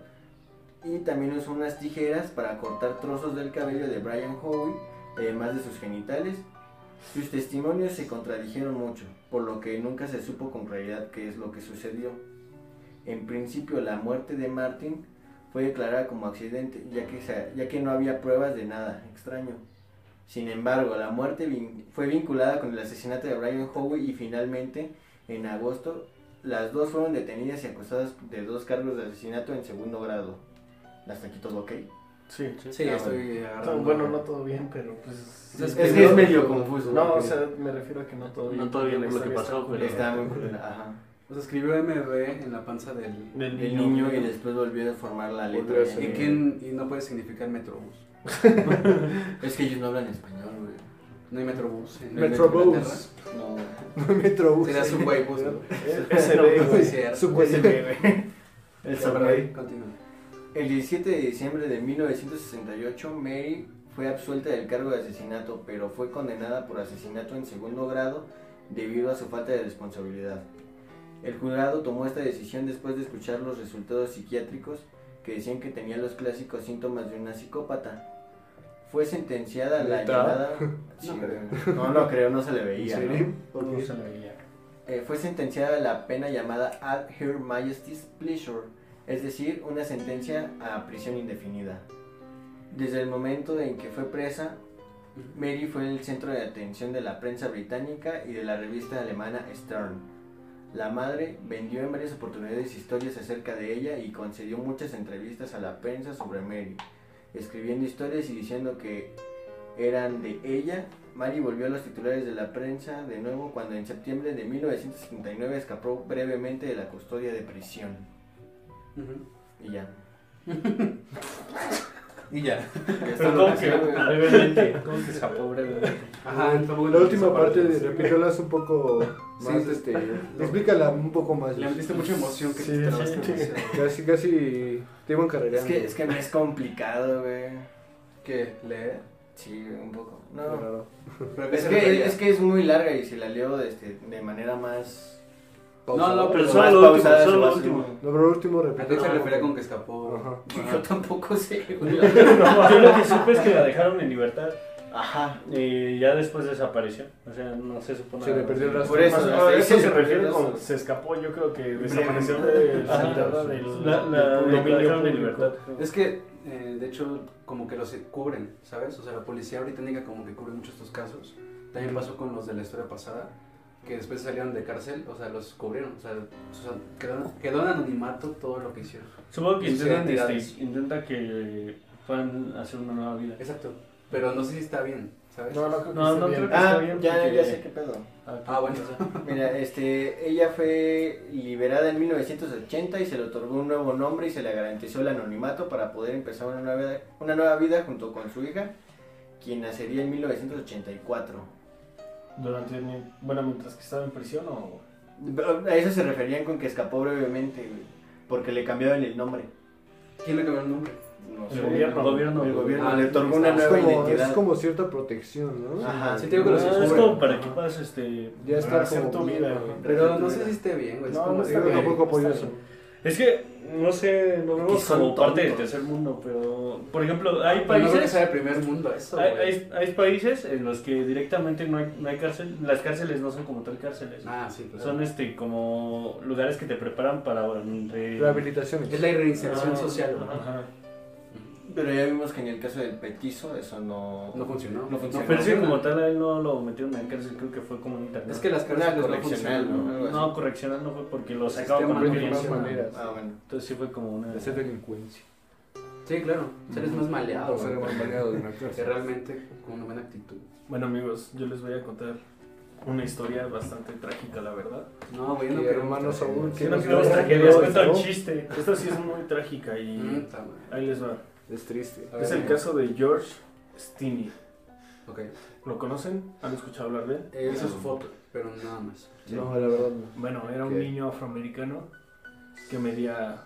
Speaker 3: y también usó unas tijeras para cortar trozos del cabello de Brian Howie además de sus genitales. Sus testimonios se contradijeron mucho, por lo que nunca se supo con claridad qué es lo que sucedió. En principio la muerte de Martin fue declarada como accidente, ya que, se- ya que no había pruebas de nada extraño. Sin embargo, la muerte vin- fue vinculada con el asesinato de Brian Howe y finalmente, en agosto, las dos fueron detenidas y acusadas de dos cargos de asesinato en segundo grado. Hasta aquí todo ok.
Speaker 1: Sí.
Speaker 2: Sí,
Speaker 3: Ah,
Speaker 2: estoy
Speaker 1: No,
Speaker 2: agarrando.
Speaker 1: bueno, no todo bien, pero pues...
Speaker 2: Es
Speaker 3: Es
Speaker 2: que
Speaker 3: que es
Speaker 2: no-
Speaker 3: medio confuso.
Speaker 1: No, o
Speaker 3: porque
Speaker 1: sea, me refiero a que no todo bien.
Speaker 4: No todo bien
Speaker 1: La
Speaker 4: por lo que
Speaker 1: historia
Speaker 4: pasó,
Speaker 1: está culera.
Speaker 4: pero-
Speaker 3: Está muy culera, ajá.
Speaker 2: O sea, escribió MB en la panza del.
Speaker 1: Del
Speaker 3: El niño y
Speaker 1: (laughs)
Speaker 3: después volvió a formar la letra.
Speaker 5: Volvió a
Speaker 2: ¿Y,
Speaker 5: ser-
Speaker 3: de-
Speaker 2: quién, y no puede significar metrobús.
Speaker 3: Es que ellos no hablan español, güey.
Speaker 2: No hay metrobús. en-
Speaker 5: Metrobús.
Speaker 2: en Inglaterra.
Speaker 3: No.
Speaker 5: Metrobús.
Speaker 2: Sería subway bus. (laughs)
Speaker 5: (laughs)
Speaker 2: ¿no?
Speaker 1: Se ve,
Speaker 2: Sí,
Speaker 1: Pues, güey.
Speaker 2: cierto.
Speaker 5: Subway.
Speaker 3: El
Speaker 2: Ya,
Speaker 3: Subway.
Speaker 2: perdón, continúa.
Speaker 3: El 17 de diciembre de 1968, Mary fue absuelta del cargo de asesinato, pero fue condenada por asesinato en segundo grado debido a su falta de responsabilidad. El jurado tomó esta decisión después de escuchar los resultados psiquiátricos que decían que tenía los clásicos síntomas de una psicópata. Fue sentenciada a la
Speaker 5: ¿Neta?
Speaker 3: llamada... Sí, güey. no, no creo, no se le veía. ¿no?
Speaker 1: Pues, No se le veía.
Speaker 3: Eh, fue sentenciada a la pena llamada At Her Majesty's Pleasure, es decir, una sentencia a prisión indefinida. Desde el momento en que fue presa, Mary fue el centro de atención de la prensa británica y de la revista alemana Stern. La madre vendió en varias oportunidades historias acerca de ella y concedió muchas entrevistas a la prensa sobre Mary, escribiendo historias y diciendo que eran de ella. Mary volvió a los titulares de la prensa de nuevo cuando en septiembre de 1979 escapó brevemente de la custodia de prisión.
Speaker 2: Ujú.
Speaker 3: Y
Speaker 4: (laughs)
Speaker 3: ya.
Speaker 2: Y ya.
Speaker 3: Ya está.
Speaker 4: Pero como que (laughs) brevemente, como que escapó brevemente.
Speaker 2: Ajá, tampoco
Speaker 5: La
Speaker 2: entendí
Speaker 5: última
Speaker 2: esa
Speaker 5: parte,
Speaker 2: sí.
Speaker 5: de repítela es un poco
Speaker 2: (laughs) Sí,
Speaker 5: más,
Speaker 2: sí.
Speaker 5: este, explícala un poco más.
Speaker 2: Le metiste mucha emoción que
Speaker 5: Sí,
Speaker 2: te
Speaker 5: sí,
Speaker 2: trabaste
Speaker 5: sí.
Speaker 2: demasiado.
Speaker 5: Casi, casi te iban
Speaker 3: Es
Speaker 5: carrereando.
Speaker 3: que, es que me es complicado, güey.
Speaker 2: ¿Qué? ¿Leer?
Speaker 3: Sí, un poco.
Speaker 5: Qué
Speaker 3: No.
Speaker 5: raro.
Speaker 2: ¿Pero a qué
Speaker 3: Es
Speaker 2: se
Speaker 3: que,
Speaker 2: refería?
Speaker 3: es que es muy larga y si la leo este, de manera más.
Speaker 5: Pausado.
Speaker 2: no,
Speaker 4: Pero
Speaker 3: más
Speaker 4: solo lo último,
Speaker 3: pausada, se
Speaker 4: solo
Speaker 3: va a
Speaker 4: lo
Speaker 3: hacer
Speaker 4: (laughs) último.
Speaker 5: No, pero el último
Speaker 2: ¿A
Speaker 5: repito.
Speaker 2: qué se refería con que escapó?
Speaker 5: Ajá.
Speaker 2: (laughs)
Speaker 3: un- Yo tampoco sé, güey.
Speaker 4: Yo lo que supe es que la dejaron en libertad
Speaker 3: Ajá.
Speaker 4: y ya después desapareció. O sea, no se supo nada.
Speaker 5: Se le perdió el rastro.
Speaker 1: Por eso,
Speaker 3: Más-
Speaker 1: a eso
Speaker 3: sí,
Speaker 1: se
Speaker 3: sí,
Speaker 1: refiere
Speaker 3: sí.
Speaker 1: con se escapó, yo creo que desapareció de
Speaker 4: Ajá.
Speaker 1: la tierra del
Speaker 4: La, la
Speaker 1: del
Speaker 4: declararon en
Speaker 1: público.
Speaker 4: libertad.
Speaker 2: Es que, eh, de hecho, como que los cubren, ¿sabes? O sea, la policía británica como que cubre muchos estos casos. También pasó con los de la historia pasada, que después salieron de cárcel, o sea, los cubrieron. O sea, o sea, quedó, quedó en anonimato todo lo que hicieron.
Speaker 4: Supongo que
Speaker 2: Sí,
Speaker 4: intentan, este,
Speaker 2: entidades.
Speaker 4: intenta que puedan hacer una nueva vida.
Speaker 2: Exacto. Pero no sé si está bien, ¿sabes?
Speaker 1: No, no creo que
Speaker 4: No,
Speaker 1: esté
Speaker 4: no
Speaker 1: bien.
Speaker 4: creo que-
Speaker 3: Ah,
Speaker 4: Está bien,
Speaker 3: ya,
Speaker 4: porque-
Speaker 3: ya sé qué pedo.
Speaker 2: Ah, bueno.
Speaker 3: Mira, este, ella fue liberada en 1980 y se le otorgó un nuevo nombre y se le garantizó el anonimato para poder empezar una nueva, una nueva vida junto con su hija, quien nacería en 1984.
Speaker 1: Durante mi- bueno, mientras que estaba en prisión o
Speaker 3: A eso se referían con que escapó brevemente, güey, porque le cambiaron el nombre.
Speaker 2: ¿Quién le cambió el nombre?
Speaker 3: No
Speaker 1: El gobierno.
Speaker 4: El gobierno.
Speaker 3: El gobierno
Speaker 2: Ah,
Speaker 3: le otorgó una
Speaker 5: Es
Speaker 3: nueva
Speaker 5: como,
Speaker 3: identidad.
Speaker 5: es como cierta protección, ¿no?
Speaker 3: Ajá.
Speaker 2: Sí, te digo que los
Speaker 4: Ah, es
Speaker 2: descubren.
Speaker 4: como para que puedas, este...
Speaker 5: Ya está
Speaker 1: Hacer
Speaker 5: como
Speaker 1: tu vida, güey.
Speaker 2: Pero no sé si esté bien, güey. es
Speaker 1: No,
Speaker 2: como-
Speaker 1: no está
Speaker 5: Yo
Speaker 1: bien.
Speaker 5: tampoco apoyo
Speaker 1: Está
Speaker 5: eso.
Speaker 4: Es que, no sé, lo vemos
Speaker 3: son
Speaker 4: como parte del
Speaker 3: tontos.
Speaker 4: tercer mundo, pero... Por ejemplo, hay
Speaker 2: Pero no creo que
Speaker 4: países...
Speaker 2: sea de primer mundo eso,
Speaker 4: Hay,
Speaker 2: güey.
Speaker 4: hay- hay países en los que directamente no hay, no hay cárcel, las cárceles no son como tal cárceles.
Speaker 2: Ah, sí, claro.
Speaker 4: Son este como lugares que te preparan para re-
Speaker 5: Rehabilitaciones.
Speaker 2: Es la reinserción
Speaker 4: Ah,
Speaker 2: social, güey.
Speaker 4: ajá.
Speaker 3: Pero ya vimos que en el caso del petizo eso no...
Speaker 2: No funcionó.
Speaker 3: No funcionó.
Speaker 4: Pero sí, como tal, a él no lo metieron en la cárcel, creo que fue como un internado.
Speaker 2: Es que las
Speaker 3: Una
Speaker 2: cárceles no
Speaker 3: correccional,
Speaker 2: funcionan.
Speaker 3: ¿no?
Speaker 2: ¿no?
Speaker 3: Algo así.
Speaker 4: No, correccional no fue porque lo sacaban
Speaker 2: Sistema
Speaker 4: con
Speaker 2: no
Speaker 5: De
Speaker 4: violencia.
Speaker 5: más
Speaker 2: funciona.
Speaker 5: maneras.
Speaker 3: Ah, bueno.
Speaker 4: Entonces sí fue como una...
Speaker 5: Hacer delincuencia.
Speaker 2: Sí, claro. Seres más maleados.
Speaker 5: ser
Speaker 2: güey.
Speaker 5: más maneado de
Speaker 2: (laughs)
Speaker 5: una
Speaker 2: Que
Speaker 5: clase.
Speaker 2: realmente con una buena actitud.
Speaker 1: Bueno, amigos, yo les voy a contar una historia bastante trágica, la verdad.
Speaker 2: No, güey, yo no
Speaker 5: Que
Speaker 2: quiero
Speaker 5: hermano
Speaker 2: mucho,
Speaker 5: Saúl,
Speaker 2: güey.
Speaker 5: que
Speaker 4: Sí, no
Speaker 5: nos
Speaker 4: queremos
Speaker 5: dio-
Speaker 4: tragedias,
Speaker 5: nos
Speaker 4: cuenta un
Speaker 5: dio-
Speaker 4: chiste.
Speaker 1: Esta sí es muy trágica y
Speaker 2: Puta, güey.
Speaker 1: ahí les va.
Speaker 5: Es triste.
Speaker 2: A ver,
Speaker 1: Es el
Speaker 2: güey.
Speaker 1: caso de George Steeney.
Speaker 2: Ok.
Speaker 1: ¿Lo conocen? ¿Han escuchado hablar de él?
Speaker 2: Eh, Esa es su foto, pero nada más.
Speaker 5: No, la verdad no.
Speaker 1: Bueno, era un
Speaker 5: Ok.
Speaker 1: niño afroamericano que medía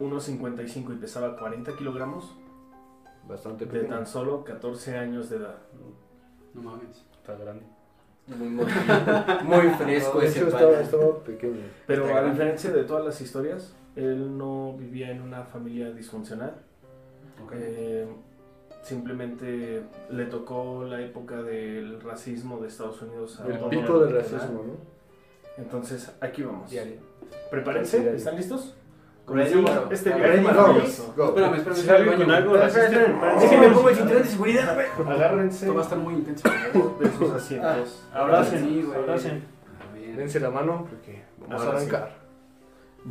Speaker 1: 1,55 y pesaba 40 kilogramos
Speaker 5: Bastante
Speaker 1: de
Speaker 5: pequeño.
Speaker 1: tan solo 14 años de edad.
Speaker 2: No mames.
Speaker 4: Está grande.
Speaker 3: Muy, movido, muy
Speaker 2: (laughs)
Speaker 3: fresco
Speaker 5: No, de
Speaker 3: ese
Speaker 5: hecho,
Speaker 3: pana.
Speaker 5: estaba, estaba pequeño.
Speaker 1: Pero
Speaker 2: Está
Speaker 1: a
Speaker 2: grande.
Speaker 1: diferencia de todas las historias, él no vivía en una familia disfuncional.
Speaker 2: Ok.
Speaker 1: Eh, simplemente le tocó la época del racismo de Estados Unidos. a
Speaker 5: El
Speaker 1: Obama.
Speaker 5: pico del racismo, ¿no?
Speaker 1: Entonces, aquí vamos.
Speaker 2: Diario.
Speaker 1: Prepárense, ¿están listos?
Speaker 3: Ready,
Speaker 1: Comencemos este viaje
Speaker 2: ready,
Speaker 3: go.
Speaker 1: maravilloso.
Speaker 5: Go.
Speaker 2: Espérame, espérame.
Speaker 4: Si
Speaker 2: espérame, baño,
Speaker 4: alguien con
Speaker 2: (laughs)
Speaker 4: algo
Speaker 2: güey.
Speaker 4: racista,
Speaker 3: Es que me pongo el cinturón de seguridad, güey.
Speaker 1: Agárrense
Speaker 2: Esto va a estar muy (laughs) intenso. güey.
Speaker 1: de sus asientos.
Speaker 4: Abracen,
Speaker 2: Sí, güey.
Speaker 4: abracen.
Speaker 2: Ah, bien.
Speaker 5: Dense la mano porque vamos a
Speaker 1: Ahora sí.
Speaker 5: arrancar.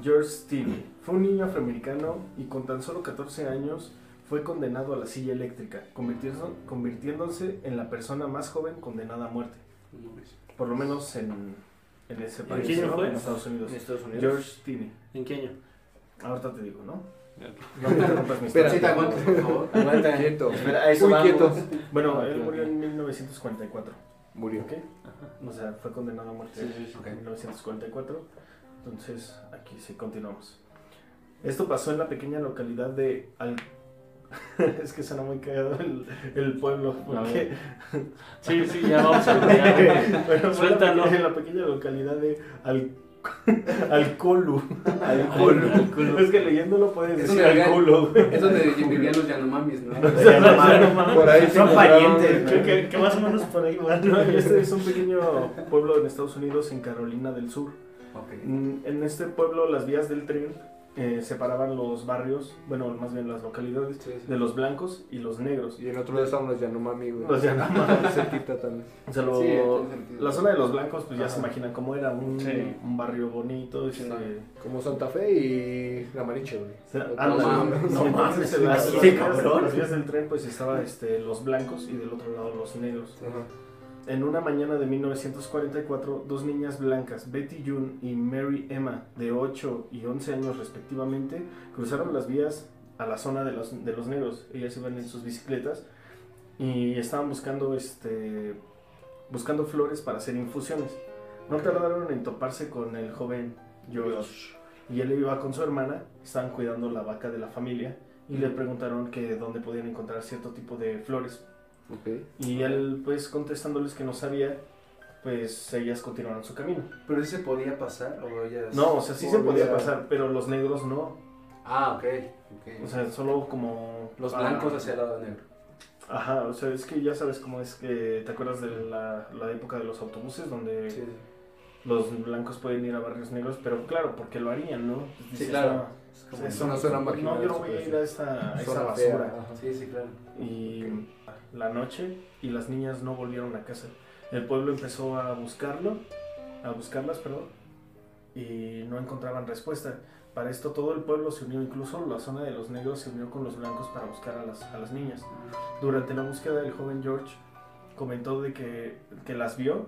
Speaker 1: George Steele fue un niño afroamericano y con tan solo 14 años fue condenado a la silla eléctrica, convirtiéndose, convirtiéndose en la persona más joven condenada a muerte,
Speaker 2: No mames.
Speaker 1: por lo menos en, en ese
Speaker 4: ¿En
Speaker 1: país,
Speaker 4: qué año
Speaker 1: ¿no?
Speaker 4: fue?
Speaker 1: en Estados Unidos.
Speaker 3: en Estados Unidos.
Speaker 1: George Tinney.
Speaker 4: ¿En qué año?
Speaker 1: Ahorita te digo, ¿no? No me interrumpas mi
Speaker 5: Espera.
Speaker 2: Sí, te aguantas, por favor.
Speaker 5: (laughs)
Speaker 3: Aguanta.
Speaker 5: Quieto.
Speaker 3: Espera, a eso
Speaker 5: Muy
Speaker 3: vamos.
Speaker 5: quieto.
Speaker 1: Bueno,
Speaker 5: Ah,
Speaker 1: él
Speaker 5: ok,
Speaker 1: murió
Speaker 5: ok.
Speaker 1: en 1944.
Speaker 5: Murió.
Speaker 1: ¿Ok? O sea, fue condenado a muerte
Speaker 2: Ok.
Speaker 1: en 1944. Entonces, aquí sí continuamos. Esto pasó en la pequeña localidad de Al... (laughs) es que suena muy cagado el, el pueblo. Porque...
Speaker 4: Sí, sí, ya vamos
Speaker 1: (laughs)
Speaker 4: a
Speaker 1: Bueno, fue en la
Speaker 4: Suéltalo.
Speaker 1: pequeña- En la pequeña localidad de Al... (laughs) Alcolu.
Speaker 4: Alcolu. Alcolu.
Speaker 1: Es que leyéndolo puedes
Speaker 2: Es
Speaker 1: decir
Speaker 2: un lugar-
Speaker 1: Alcolu. güey.
Speaker 2: Es donde vivían los Yanomamis, ¿no?
Speaker 1: Ya no mames.
Speaker 5: Por ahí se
Speaker 3: Son
Speaker 5: encontraron-
Speaker 3: parientes,
Speaker 1: Creo que, que más o menos por ahí va. ¿no? Y Este es un pequeño pueblo en Estados Unidos, en Carolina del Sur.
Speaker 2: Ok.
Speaker 1: Mm, En este pueblo las vías del tren eh, separaban los barrios, bueno, más bien las localidades,
Speaker 2: Sí, sí.
Speaker 1: de los blancos y los negros.
Speaker 5: Y en otro lado estaban los Yanomami, güey.
Speaker 1: Los
Speaker 5: (laughs)
Speaker 1: Yanomami.
Speaker 5: Cerquita también.
Speaker 1: O sea, lo-
Speaker 2: Sí, tiene sentido.
Speaker 1: la zona de los blancos, pues ya se
Speaker 5: Ajá.
Speaker 1: imaginan cómo era, un,
Speaker 4: Sí.
Speaker 1: un barrio bonito. este,
Speaker 2: Sí, no.
Speaker 5: Como Santa Fe y la Mariche, güey.
Speaker 1: o sea,
Speaker 5: Otro-
Speaker 1: ándale,
Speaker 2: mames.
Speaker 1: no mames,
Speaker 5: Sí,
Speaker 1: las,
Speaker 5: cabrón.
Speaker 1: las vías- las vías del tren pues estaba este, los blancos y del otro lado los negros.
Speaker 5: Ajá.
Speaker 1: En una mañana de 1944, dos niñas blancas, Betty June y Mary Emma, de 8 y 11 años respectivamente, cruzaron las vías a la zona de los, de los negros. Ellas iban en sus bicicletas y estaban buscando, este, buscando flores para hacer infusiones. No tardaron en toparse con el joven George. Y él iba con su hermana, estaban cuidando la vaca de la familia y le preguntaron que dónde podían encontrar cierto tipo de flores
Speaker 5: Ok.
Speaker 1: y él, pues, contestándoles que no sabía, pues ellas continuaron su camino.
Speaker 2: Pero sí se podía pasar o ellas-
Speaker 1: No, o sea, sí se
Speaker 5: Volver
Speaker 1: podía
Speaker 5: a-
Speaker 1: pasar, pero los negros no.
Speaker 2: Ah, ok. ok.
Speaker 1: O sea, solo como...
Speaker 2: los
Speaker 1: ah,
Speaker 2: blancos hacia el lado negro.
Speaker 1: Ajá, o sea, es que ya sabes cómo es que... ¿Te acuerdas de la, la época de los autobuses donde
Speaker 2: Sí,
Speaker 1: los blancos pueden ir a barrios negros? Pero claro, porque lo harían, ¿no? Dices,
Speaker 2: claro. Es
Speaker 1: "No,
Speaker 2: como-
Speaker 1: eso
Speaker 5: una zona marginal,
Speaker 1: No, yo no
Speaker 5: se
Speaker 1: voy
Speaker 5: puede
Speaker 1: a ir a esa, a esa
Speaker 5: Zona
Speaker 1: basura.
Speaker 5: fea, ajá.
Speaker 2: Sí, sí, claro.
Speaker 1: y la noche y las niñas no volvieron a casa. El pueblo empezó a buscarlo, a buscarlas, perdón, y no encontraban respuesta. Para esto todo el pueblo se unió, incluso la zona de los negros se unió con los blancos para buscar a las, a las niñas. Durante la búsqueda el joven George comentó de que, que las vio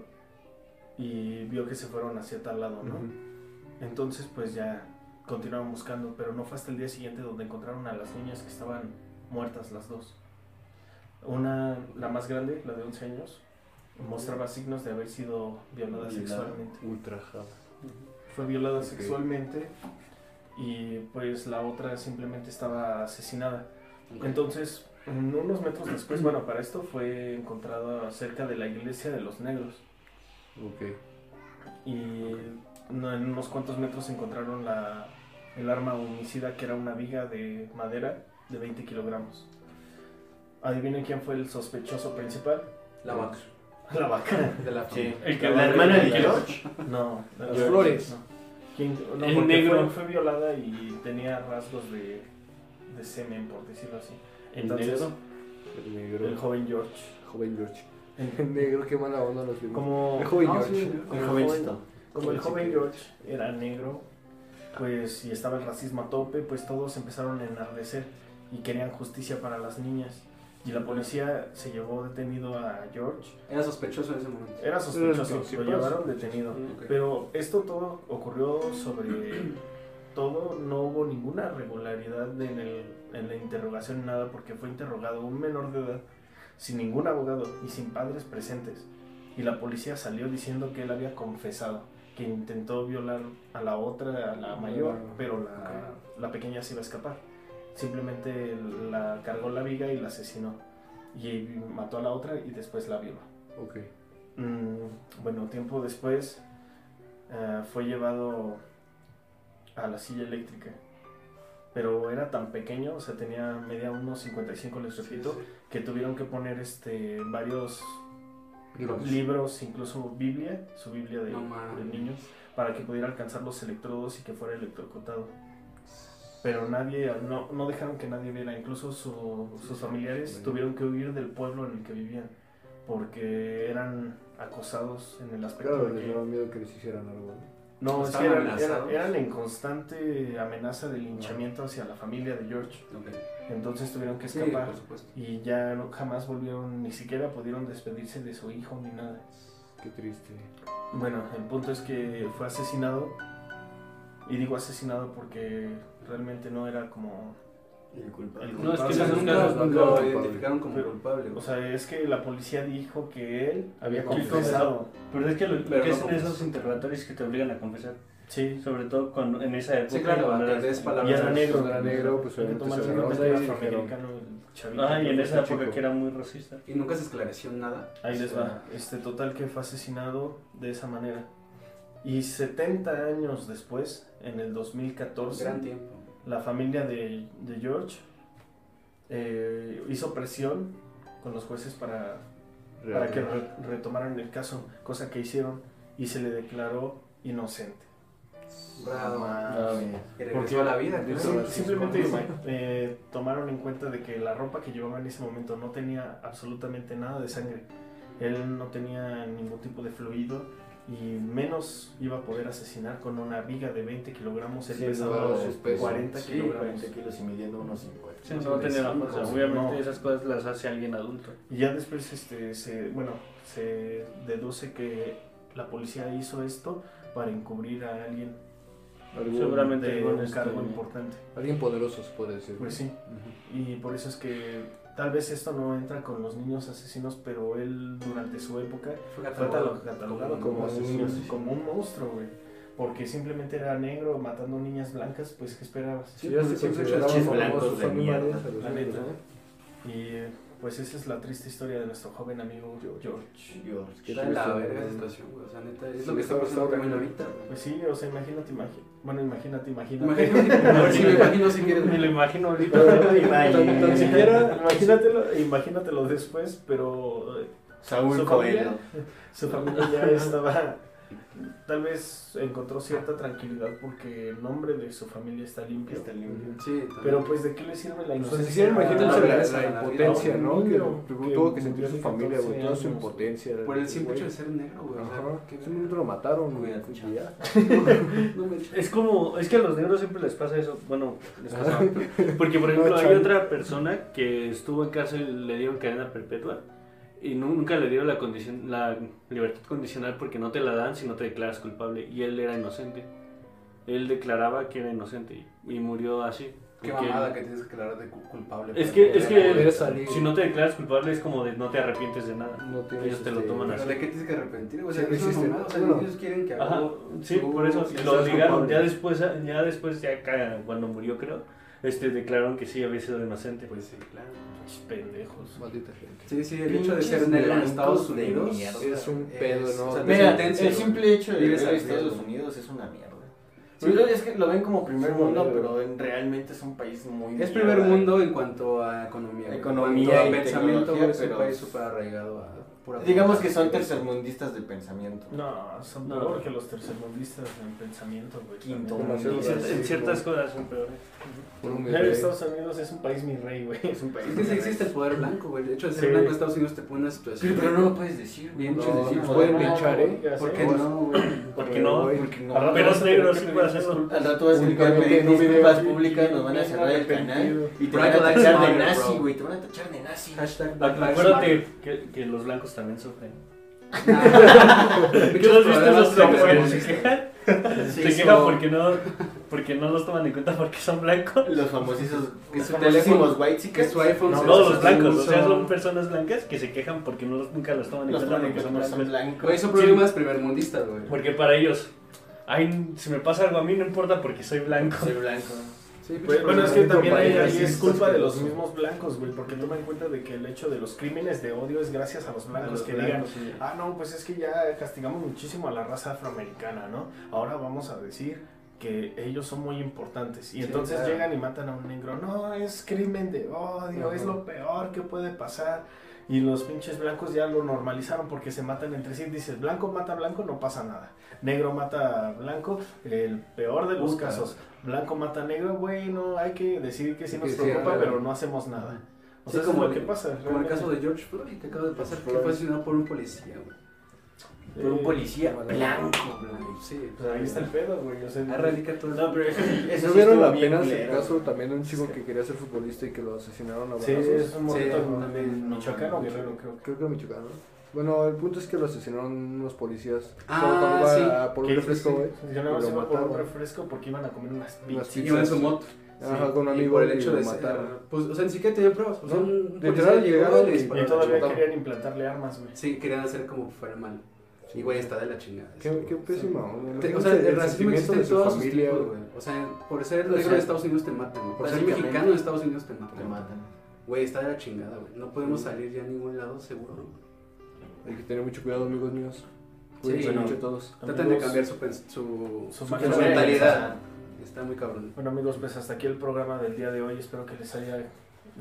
Speaker 1: y vio que se fueron hacia tal lado, ¿no? Entonces pues ya continuaron buscando, pero no fue hasta el día siguiente donde encontraron a las niñas que estaban muertas las dos. Una, la más grande, la de 11 años, mostraba signos de haber sido violada
Speaker 3: Violada.
Speaker 1: sexualmente.
Speaker 5: Ultrajada.
Speaker 1: Fue violada
Speaker 5: Ok.
Speaker 1: sexualmente y pues la otra simplemente estaba asesinada.
Speaker 2: Ok.
Speaker 1: Entonces, en unos metros después, bueno, para esto fue encontrada cerca de la iglesia de los negros.
Speaker 5: Ok.
Speaker 1: y no- en unos cuantos metros encontraron la, el arma homicida que era una viga de madera de 20 kilogramos. Adivinen quién fue el sospechoso principal. (laughs)
Speaker 2: La vaca.
Speaker 1: La vaca.
Speaker 2: De la
Speaker 3: Sí.
Speaker 4: El que-
Speaker 3: La
Speaker 4: la
Speaker 3: hermana de
Speaker 4: hermana de
Speaker 3: George.
Speaker 1: No,
Speaker 5: Las flores.
Speaker 1: no. ¿Quién- no,
Speaker 4: El
Speaker 1: porque
Speaker 4: negro.
Speaker 1: Fue, fue violada y tenía rasgos de, de semen, por decirlo así. Entonces,
Speaker 5: El negro.
Speaker 1: el joven George.
Speaker 5: (laughs) joven George.
Speaker 1: el-
Speaker 5: El negro, qué mala onda los vimos.
Speaker 1: como
Speaker 5: El joven
Speaker 2: Ah,
Speaker 5: George.
Speaker 2: sí.
Speaker 1: como el joven-
Speaker 3: jovencito.
Speaker 1: Como el joven George era negro, pues y estaba el racismo a tope, pues todos empezaron a enardecer y querían justicia para las niñas. Y la policía se llevó detenido a George.
Speaker 2: Era sospechoso en ese momento.
Speaker 1: Era sospechoso, lo
Speaker 5: principal
Speaker 1: llevaron detenido.
Speaker 2: Ok.
Speaker 1: Pero esto todo ocurrió sobre (clears throat) todo, no hubo ninguna regularidad en, el, en la interrogación, nada, porque fue interrogado un menor de edad, sin ningún abogado y sin padres presentes. Y la policía salió diciendo que él había confesado, que intentó violar a la otra, a la mayor,
Speaker 5: Ah,
Speaker 1: pero la, la pequeña se iba a escapar. Simplemente la cargó la viga y la asesinó. Y mató a la otra y después la violó.
Speaker 5: Ok.
Speaker 1: Mm, bueno, tiempo después eh, fue llevado a la silla eléctrica. Pero era tan pequeño, o sea, tenía media 1,55, les repito, que tuvieron que poner este varios libros, incluso Biblia, su Biblia de,
Speaker 2: Pues No mames.
Speaker 1: del niño, para que pudiera alcanzar los electrodos y que fuera electrocutado. Pero nadie, no, no dejaron que nadie viera, incluso su- sus familiares tuvieron que huir del pueblo en el que vivían, porque eran acosados en el aspecto
Speaker 5: Claro,
Speaker 1: de
Speaker 5: les
Speaker 1: que
Speaker 5: daba miedo que les hicieran algo. ¿no?
Speaker 1: No, es que
Speaker 2: Estaban
Speaker 1: eran, eran-
Speaker 2: amenazados.
Speaker 1: eran en constante amenaza de linchamiento hacia la familia de George.
Speaker 2: Ok.
Speaker 1: Entonces tuvieron que
Speaker 2: Sí, pues.
Speaker 1: escapar
Speaker 2: por supuesto.
Speaker 1: y ya no, jamás volvieron, ni siquiera pudieron despedirse de su hijo ni nada.
Speaker 5: Qué triste.
Speaker 1: Bueno, el punto es que fue asesinado. Y digo asesinado porque realmente no era como...
Speaker 3: El culpable.
Speaker 1: El
Speaker 4: No, es
Speaker 2: O
Speaker 4: que
Speaker 2: sea,
Speaker 4: en esos
Speaker 2: nunca
Speaker 4: casos
Speaker 2: lo
Speaker 4: nunca
Speaker 5: culpable.
Speaker 2: identificaron como
Speaker 1: Pero-
Speaker 2: culpable. güey.
Speaker 1: O sea, es que la policía dijo que él había
Speaker 4: Sí,
Speaker 1: confesado.
Speaker 4: Pero es que lo
Speaker 2: Pero
Speaker 4: que
Speaker 2: no
Speaker 4: es
Speaker 2: confesó.
Speaker 4: esos interrogatorios que te obligan a confesar.
Speaker 1: Sí.
Speaker 4: Sobre todo cuando, en esa época.
Speaker 2: Sí, claro,
Speaker 4: cuando
Speaker 2: que
Speaker 4: eras-
Speaker 2: des
Speaker 1: Y
Speaker 2: palabras.
Speaker 1: era negro.
Speaker 5: Era negro, pues,
Speaker 1: Hay que
Speaker 5: obviamente,
Speaker 1: tomarse
Speaker 5: se
Speaker 1: en cuenta
Speaker 5: agarró
Speaker 1: que era
Speaker 5: ahí y dijeron-
Speaker 1: afroamericano el chavito.
Speaker 4: Ah, y en
Speaker 1: Entonces,
Speaker 4: esa época
Speaker 5: chico.
Speaker 4: que era muy racista.
Speaker 2: Y nunca se esclareció nada.
Speaker 1: Ahí les
Speaker 2: O sea,
Speaker 1: va. Este total que fue asesinado de esa manera. Y 70 años después, en el 2014,
Speaker 2: Gran tiempo.
Speaker 1: la familia de, de George eh, hizo presión con los jueces para, para que re- retomaran el caso, cosa que hicieron y se le declaró inocente.
Speaker 2: Bravo.
Speaker 1: Ah,
Speaker 2: Que regresó a la vida.
Speaker 1: Sí,
Speaker 2: claro.
Speaker 1: simplemente eh, tomaron en cuenta de que la ropa que llevaba en ese momento no tenía absolutamente nada de sangre. Él no tenía ningún tipo de fluido y menos iba a poder asesinar con una viga de 20 kilogramos. Él
Speaker 3: Sí,
Speaker 1: pesaba
Speaker 5: no, sus pesos.
Speaker 1: 40
Speaker 3: Sí,
Speaker 1: kilogramos.
Speaker 3: 40 kilos y midiendo unos 50.
Speaker 4: Sí, no tenía la fuerza.
Speaker 1: no.
Speaker 4: Obviamente esas cosas las hace alguien adulto.
Speaker 1: Y ya después, este, se, bueno, se deduce que la policía hizo esto para encubrir a alguien
Speaker 5: Algún-
Speaker 4: Seguramente.
Speaker 1: de
Speaker 4: Algún,
Speaker 1: un
Speaker 4: este,
Speaker 1: cargo importante.
Speaker 5: Alguien poderoso, se puede decir.
Speaker 1: Pues sí. Y por eso es que tal vez esto no entra con los niños asesinos, pero él durante su época
Speaker 2: Fue
Speaker 1: fue
Speaker 2: catalogado
Speaker 1: catalo- catalogado
Speaker 2: como-
Speaker 1: como,
Speaker 5: como
Speaker 1: asesino,
Speaker 5: un-
Speaker 1: como un monstruo, güey. Porque simplemente era negro matando niñas blancas, pues ¿qué esperabas?
Speaker 5: Sí, ya se
Speaker 2: Pinches
Speaker 5: consideraban
Speaker 3: blancos
Speaker 5: famosos
Speaker 3: de
Speaker 5: animales
Speaker 3: mierda,
Speaker 5: a los
Speaker 1: la
Speaker 5: negros,
Speaker 1: neta.
Speaker 5: ¿eh?
Speaker 1: Y eh, pues esa es la triste historia de nuestro joven amigo George.
Speaker 3: Yo,
Speaker 5: Qué
Speaker 2: Está en la
Speaker 5: triste,
Speaker 2: verga esa
Speaker 5: güey.
Speaker 2: situación, güey. O sea, neta, es
Speaker 5: Sí,
Speaker 2: lo que está
Speaker 5: está-
Speaker 2: pasando
Speaker 5: está
Speaker 2: también
Speaker 5: horrible.
Speaker 2: ahorita, güey.
Speaker 1: Pues sí, o sea, imagínate, imagínate. Bueno, imagínate, imagínate. (laughs)
Speaker 2: Imagínate, (laughs) a ver si me imagino si quieres.
Speaker 4: Me lo imagino ahorita. (laughs)
Speaker 5: Tan- tan siquiera-
Speaker 1: imagínatelo, imagínatelo después, pero eh,
Speaker 3: Saúl
Speaker 1: Su
Speaker 3: Coelho.
Speaker 1: familia, su familia ya estaba. Tal vez encontró cierta tranquilidad porque el nombre de su familia está limpio.
Speaker 3: Está limpio.
Speaker 2: Sí, también.
Speaker 1: Pero pues, ¿de qué le sirve la
Speaker 5: O sea,
Speaker 1: inocencia?
Speaker 5: ni siquiera imagínense
Speaker 2: la-
Speaker 5: la,
Speaker 2: la-
Speaker 5: la
Speaker 2: la-
Speaker 5: impotencia,
Speaker 1: la-
Speaker 5: ¿no?
Speaker 1: un
Speaker 5: Que
Speaker 1: niño
Speaker 5: que
Speaker 1: que
Speaker 5: tuvo que sentir su
Speaker 1: murió
Speaker 5: familia, güey.
Speaker 1: 14
Speaker 5: Toda su
Speaker 1: años, güey.
Speaker 5: impotencia.
Speaker 2: Por el simple
Speaker 5: güey.
Speaker 2: hecho de ser negro, güey. O sea,
Speaker 5: Ajá.
Speaker 2: qué
Speaker 5: Ese momento lo mataron, güey.
Speaker 3: Cuídate,
Speaker 5: y ya.
Speaker 2: verga. (laughs) No me
Speaker 4: Es como, es que a los negros siempre les pasa eso. Bueno, les pasa. Porque, por
Speaker 5: (laughs) No,
Speaker 4: ejemplo, hay
Speaker 5: chale.
Speaker 4: otra persona que estuvo en cárcel, le dieron cadena perpetua y nu- nunca le dieron la, condicion- la libertad condicional porque no te la dan si no te declaras culpable. Y él era inocente. Él declaraba que era inocente y, y murió así.
Speaker 2: Qué
Speaker 4: Porque
Speaker 2: mamada que tienes que declarar de cu- culpable. pues,
Speaker 4: Es
Speaker 2: para
Speaker 4: que-
Speaker 2: poder
Speaker 4: es
Speaker 5: Para
Speaker 4: que-
Speaker 5: poder
Speaker 2: hablar.
Speaker 5: salir.
Speaker 4: Si no te declaras culpable es como de no te arrepientes de nada.
Speaker 5: No tienes,
Speaker 4: Ellos te lo
Speaker 5: este,
Speaker 4: toman
Speaker 2: Pero
Speaker 4: así.
Speaker 2: ¿De qué tienes que arrepentir? O sea, eso
Speaker 5: Sí,
Speaker 2: es
Speaker 5: existe.
Speaker 2: mamada. O sea,
Speaker 5: Bueno.
Speaker 2: ellos quieren que
Speaker 4: Ajá,
Speaker 2: hago.
Speaker 4: sí,
Speaker 2: tú
Speaker 4: por eso.
Speaker 2: seas
Speaker 4: Lo obligaron,
Speaker 5: culpable.
Speaker 4: ya después, ya después, ya ca- cuando murió creo, este, declararon que sí había sido inocente.
Speaker 2: Pues sí, claro.
Speaker 1: Pendejos.
Speaker 5: Maldita gente.
Speaker 2: Sí, sí, el hecho de ser
Speaker 3: Pinches
Speaker 2: negro en
Speaker 3: blancos
Speaker 2: Estados
Speaker 3: de
Speaker 2: Unidos.
Speaker 3: mierda.
Speaker 5: Es un pedo, ¿no?
Speaker 2: o sea,
Speaker 5: Mira,
Speaker 2: es intenso,
Speaker 5: el
Speaker 2: güey.
Speaker 3: hecho
Speaker 2: Vives
Speaker 3: vivir
Speaker 2: al
Speaker 3: en Estados
Speaker 2: pedo.
Speaker 3: Unidos es una mierda.
Speaker 2: Sí.
Speaker 3: Sí, es que lo ven como primer
Speaker 5: Sí,
Speaker 3: mundo,
Speaker 5: güey.
Speaker 3: pero en- realmente es un país muy.
Speaker 2: Es
Speaker 3: mierda.
Speaker 2: primer mundo en cuanto a economía. güey.
Speaker 3: Economía
Speaker 2: En cuanto a
Speaker 3: y
Speaker 2: pensamiento,
Speaker 3: tecnología,
Speaker 2: güey, es un
Speaker 3: pero-
Speaker 2: país súper arraigado a pura
Speaker 3: Digamos
Speaker 2: puta.
Speaker 3: que son tercermundistas de pensamiento.
Speaker 1: No, son
Speaker 4: No.
Speaker 1: peor que los tercermundistas en pensamiento, güey.
Speaker 3: Quinto
Speaker 1: También.
Speaker 5: mundo.
Speaker 4: En cier- en ciertas cosas son peores.
Speaker 5: Bueno, mi
Speaker 1: Pero
Speaker 5: rey.
Speaker 1: Estados Unidos es un país mi rey, güey.
Speaker 3: Es un país.
Speaker 2: Es que sí existe el poder blanco, güey. De hecho, el ser
Speaker 1: Sí.
Speaker 2: blanco en Estados Unidos te pone en una situación.
Speaker 3: Sí, pero no lo puedes decir.
Speaker 2: Bien
Speaker 5: No,
Speaker 2: chido
Speaker 5: nos
Speaker 2: decir,
Speaker 1: no,
Speaker 5: pueden
Speaker 1: no,
Speaker 5: linchar,
Speaker 1: no,
Speaker 5: ¿eh?
Speaker 1: ya sé.
Speaker 2: ¿Por qué no, güey?
Speaker 4: ¿Por qué no?
Speaker 5: Güey,
Speaker 3: Porque no.
Speaker 1: Al rato
Speaker 4: Pero
Speaker 1: vas a
Speaker 4: es
Speaker 1: tener
Speaker 4: negro,
Speaker 1: que
Speaker 4: sí
Speaker 1: pedir
Speaker 4: puede hacerlo.
Speaker 1: disculpas.
Speaker 3: Al rato vas a tener que
Speaker 5: Únicamente
Speaker 3: pedir
Speaker 5: en un video
Speaker 3: disculpas
Speaker 5: aquí,
Speaker 3: públicas, nos van a
Speaker 1: bien
Speaker 3: cerrar el
Speaker 1: arrepentido.
Speaker 3: canal y te
Speaker 2: Black
Speaker 3: van a
Speaker 2: Lives
Speaker 3: tachar de
Speaker 2: Matter,
Speaker 3: nazi,
Speaker 2: bro.
Speaker 3: güey. Te van a tachar de nazi.
Speaker 2: Hashtag Black Lives
Speaker 4: Acuérdate que, que los blancos también sufren. (laughs)
Speaker 2: Matter.
Speaker 4: ¿Qué los viste los blancos que se
Speaker 2: problemas
Speaker 4: quejan?
Speaker 3: Sí,
Speaker 4: Se quejan
Speaker 3: son
Speaker 4: porque no, porque no los toman en cuenta porque son blancos.
Speaker 3: Los famosos.
Speaker 2: Que su
Speaker 3: Famosísimos
Speaker 2: teléfono-
Speaker 3: white
Speaker 2: Que su iPhone
Speaker 1: No,
Speaker 2: se
Speaker 4: No,
Speaker 1: Sí,
Speaker 2: les
Speaker 1: sí,
Speaker 4: los
Speaker 2: hace
Speaker 4: blancos.
Speaker 2: un
Speaker 4: O sea,
Speaker 2: uso-
Speaker 4: son personas blancas que se quejan porque no los- nunca los toman en
Speaker 3: Los
Speaker 4: cuenta
Speaker 3: toman
Speaker 4: porque son blancos.
Speaker 2: Güey,
Speaker 3: blancos.
Speaker 2: son problemas primermundistas, güey.
Speaker 4: Porque para ellos, ay, si me pasa algo a mí no importa porque soy blanco.
Speaker 3: Soy blanco.
Speaker 2: Sí,
Speaker 1: Pues,
Speaker 2: pinche
Speaker 1: bueno, es que
Speaker 2: problemas
Speaker 1: también ahí,
Speaker 2: racistas,
Speaker 1: ahí es culpa de los
Speaker 2: asquerosos.
Speaker 1: mismos blancos, güey, porque toma en cuenta de que el hecho de los crímenes de odio es gracias a los blancos que digan, ah, no, pues es que ya castigamos muchísimo a la raza afroamericana, ¿no? Ahora vamos a decir que ellos son muy importantes y
Speaker 2: Sí,
Speaker 1: entonces
Speaker 2: claro.
Speaker 1: llegan y matan a un negro, no, es crimen de odio, es lo peor que puede pasar. Y los pinches blancos ya lo normalizaron porque se matan entre sí. Dices, blanco mata a blanco, no pasa nada. Negro mata a blanco, el peor de los
Speaker 2: Puta.
Speaker 1: casos. Blanco mata a negro, güey, no, hay que decir que sí
Speaker 5: Que
Speaker 1: nos
Speaker 5: sí,
Speaker 1: preocupa,
Speaker 5: claro.
Speaker 1: pero no hacemos nada. O
Speaker 2: Sí,
Speaker 1: sea, es
Speaker 2: como
Speaker 1: como lo
Speaker 2: el-
Speaker 1: que pasa.
Speaker 2: Como el
Speaker 1: realmente.
Speaker 2: caso de George Floyd que acaba de pasar, que fue asesinado por un policía, güey.
Speaker 3: por
Speaker 1: Eh,
Speaker 3: un policía
Speaker 5: Vale.
Speaker 3: blanco, güey.
Speaker 2: Sí,
Speaker 1: Pues ahí está el pedo, güey. O sea,
Speaker 5: Ah,
Speaker 2: Erradica todo.
Speaker 3: No, pero eso, sí- eso
Speaker 5: ¿No
Speaker 3: sí
Speaker 5: vieron
Speaker 3: estuvo
Speaker 5: la
Speaker 3: bien
Speaker 5: pena el
Speaker 3: culero,
Speaker 5: caso
Speaker 3: güey.
Speaker 5: también de un chico que quería ser futbolista y que lo asesinaron a
Speaker 1: Sí,
Speaker 5: balazos?
Speaker 1: es un morrito
Speaker 2: Sí,
Speaker 1: de- de
Speaker 2: no,
Speaker 1: Michoacán o
Speaker 2: no,
Speaker 1: Guerrero, creo que.
Speaker 5: Creo que era Michoacán, ¿no? Bueno, el punto es que lo asesinaron unos policías.
Speaker 2: Ah,
Speaker 5: Solo cuando iba
Speaker 2: sí.
Speaker 5: a- por un
Speaker 1: Sí,
Speaker 5: refresco,
Speaker 1: sí,
Speaker 5: güey.
Speaker 1: sí. Yo nada más
Speaker 5: y lo
Speaker 1: iba por un
Speaker 5: mataron.
Speaker 1: refresco porque iban a comer unas
Speaker 5: Unas
Speaker 1: pizzas.
Speaker 5: pizzas.
Speaker 2: Iba en su moto.
Speaker 5: Ajá, con un
Speaker 2: Y
Speaker 5: amigo.
Speaker 2: por el
Speaker 5: y
Speaker 2: hecho
Speaker 5: lo
Speaker 2: de
Speaker 5: mataron.
Speaker 2: ser. Pues, o sea, ni siquiera tenían pruebas. O sea,
Speaker 5: No,
Speaker 2: un
Speaker 5: literal,
Speaker 2: policía llegó
Speaker 5: llegaron
Speaker 2: y
Speaker 5: y-
Speaker 2: le
Speaker 1: Y
Speaker 5: Bueno,
Speaker 2: disparó.
Speaker 1: todavía
Speaker 5: chingada.
Speaker 1: querían implantarle armas, güey.
Speaker 2: Sí, querían hacer como que fuera malo.
Speaker 5: Sí.
Speaker 2: Y güey, está de la chingada.
Speaker 5: Qué, qué pésima onda.
Speaker 2: Te-
Speaker 5: ¿no?
Speaker 2: o sea, el,
Speaker 5: El
Speaker 2: racismo
Speaker 5: sentimiento
Speaker 2: existe
Speaker 5: de
Speaker 2: en
Speaker 5: su
Speaker 2: todos sus
Speaker 5: familia,
Speaker 2: tipos,
Speaker 5: güey.
Speaker 2: güey. O sea, por ser negro
Speaker 3: sea,
Speaker 2: de Estados Unidos te matan, güey. Por ser
Speaker 3: prácticamente-
Speaker 2: mexicano de Estados Unidos te matan.
Speaker 3: Te matan.
Speaker 2: Güey, está de la chingada, güey. No podemos salir ya a ningún lado seguro. güey.
Speaker 5: Hay que tener mucho cuidado, amigos míos. Cuídense
Speaker 2: bueno.
Speaker 5: mucho todos.
Speaker 2: Tratan de
Speaker 1: Amigos,
Speaker 2: cambiar su, pens- su,
Speaker 1: su
Speaker 2: su
Speaker 1: manera
Speaker 3: de
Speaker 2: mentalidad. Está muy cabrón.
Speaker 1: Bueno amigos, pues hasta aquí el programa del día de hoy. Espero que les haya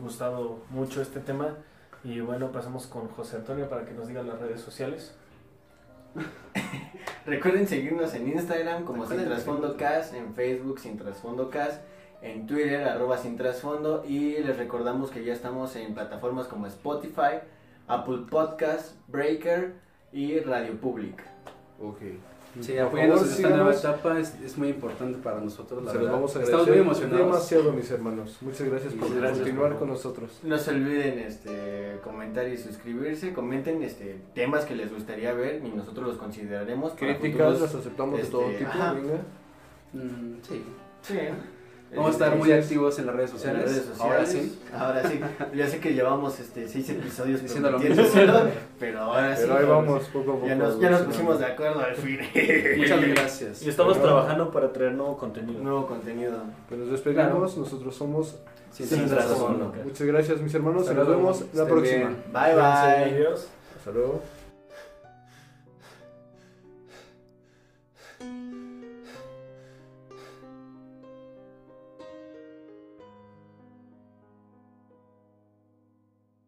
Speaker 1: gustado mucho este tema. Y bueno, pasamos con José Antonio para que nos diga las redes sociales.
Speaker 3: Recuerden seguirnos en Instagram como Sin
Speaker 2: Recuerden
Speaker 3: Trasfondo Cast, en Facebook Sin Trasfondo Cast, en Twitter arroba Sin Trasfondo y les recordamos que ya estamos en plataformas como Spotify, Apple Podcast, Breaker y Radio Public.
Speaker 5: Ok.
Speaker 2: Sí,
Speaker 5: Por
Speaker 2: apoyándonos en
Speaker 5: favor,
Speaker 2: esta nueva
Speaker 5: síganos.
Speaker 2: etapa es, es muy importante para nosotros, la
Speaker 5: Se los
Speaker 2: verdad.
Speaker 5: vamos a agradecer
Speaker 2: Estamos muy emocionados.
Speaker 5: demasiado, mis hermanos. Muchas gracias
Speaker 2: Y
Speaker 5: por
Speaker 2: gracias por-
Speaker 5: continuar con nosotros.
Speaker 3: No se olviden este comentar y suscribirse, comenten este temas que les gustaría ver y nosotros los consideraremos para
Speaker 5: Críticas las
Speaker 3: futuros-
Speaker 5: aceptamos
Speaker 3: este,
Speaker 5: de todo tipo.
Speaker 3: ajá.
Speaker 5: Venga.
Speaker 2: Mm, sí.
Speaker 3: Sí.
Speaker 2: Vamos a estar muy
Speaker 5: sí.
Speaker 2: activos en las redes
Speaker 3: En
Speaker 2: sociales.
Speaker 3: las redes sociales.
Speaker 2: Ahora sí.
Speaker 3: Ahora sí. Ya sé que llevamos este, seis episodios
Speaker 2: Diciendo lo
Speaker 3: prometiéndoselo, pero ahora sí.
Speaker 5: Pero ahí vamos, poco a poco.
Speaker 3: Ya nos, ya nos
Speaker 5: evolucionando.
Speaker 3: pusimos de acuerdo al fin.
Speaker 2: Muchas gracias.
Speaker 4: Y estamos
Speaker 5: Pero-
Speaker 4: trabajando para traer nuevo contenido.
Speaker 3: Nuevo contenido.
Speaker 5: Pues nos despedimos, nosotros somos.
Speaker 2: Sin
Speaker 4: Sin
Speaker 2: trasfondo.
Speaker 4: trasfondo.
Speaker 5: Muchas gracias, mis hermanos, y nos
Speaker 2: Saludos.
Speaker 5: vemos la
Speaker 2: Estén
Speaker 5: próxima.
Speaker 2: bien.
Speaker 3: Bye
Speaker 1: Cuídense,
Speaker 3: bye.
Speaker 1: Adiós.
Speaker 5: Hasta luego.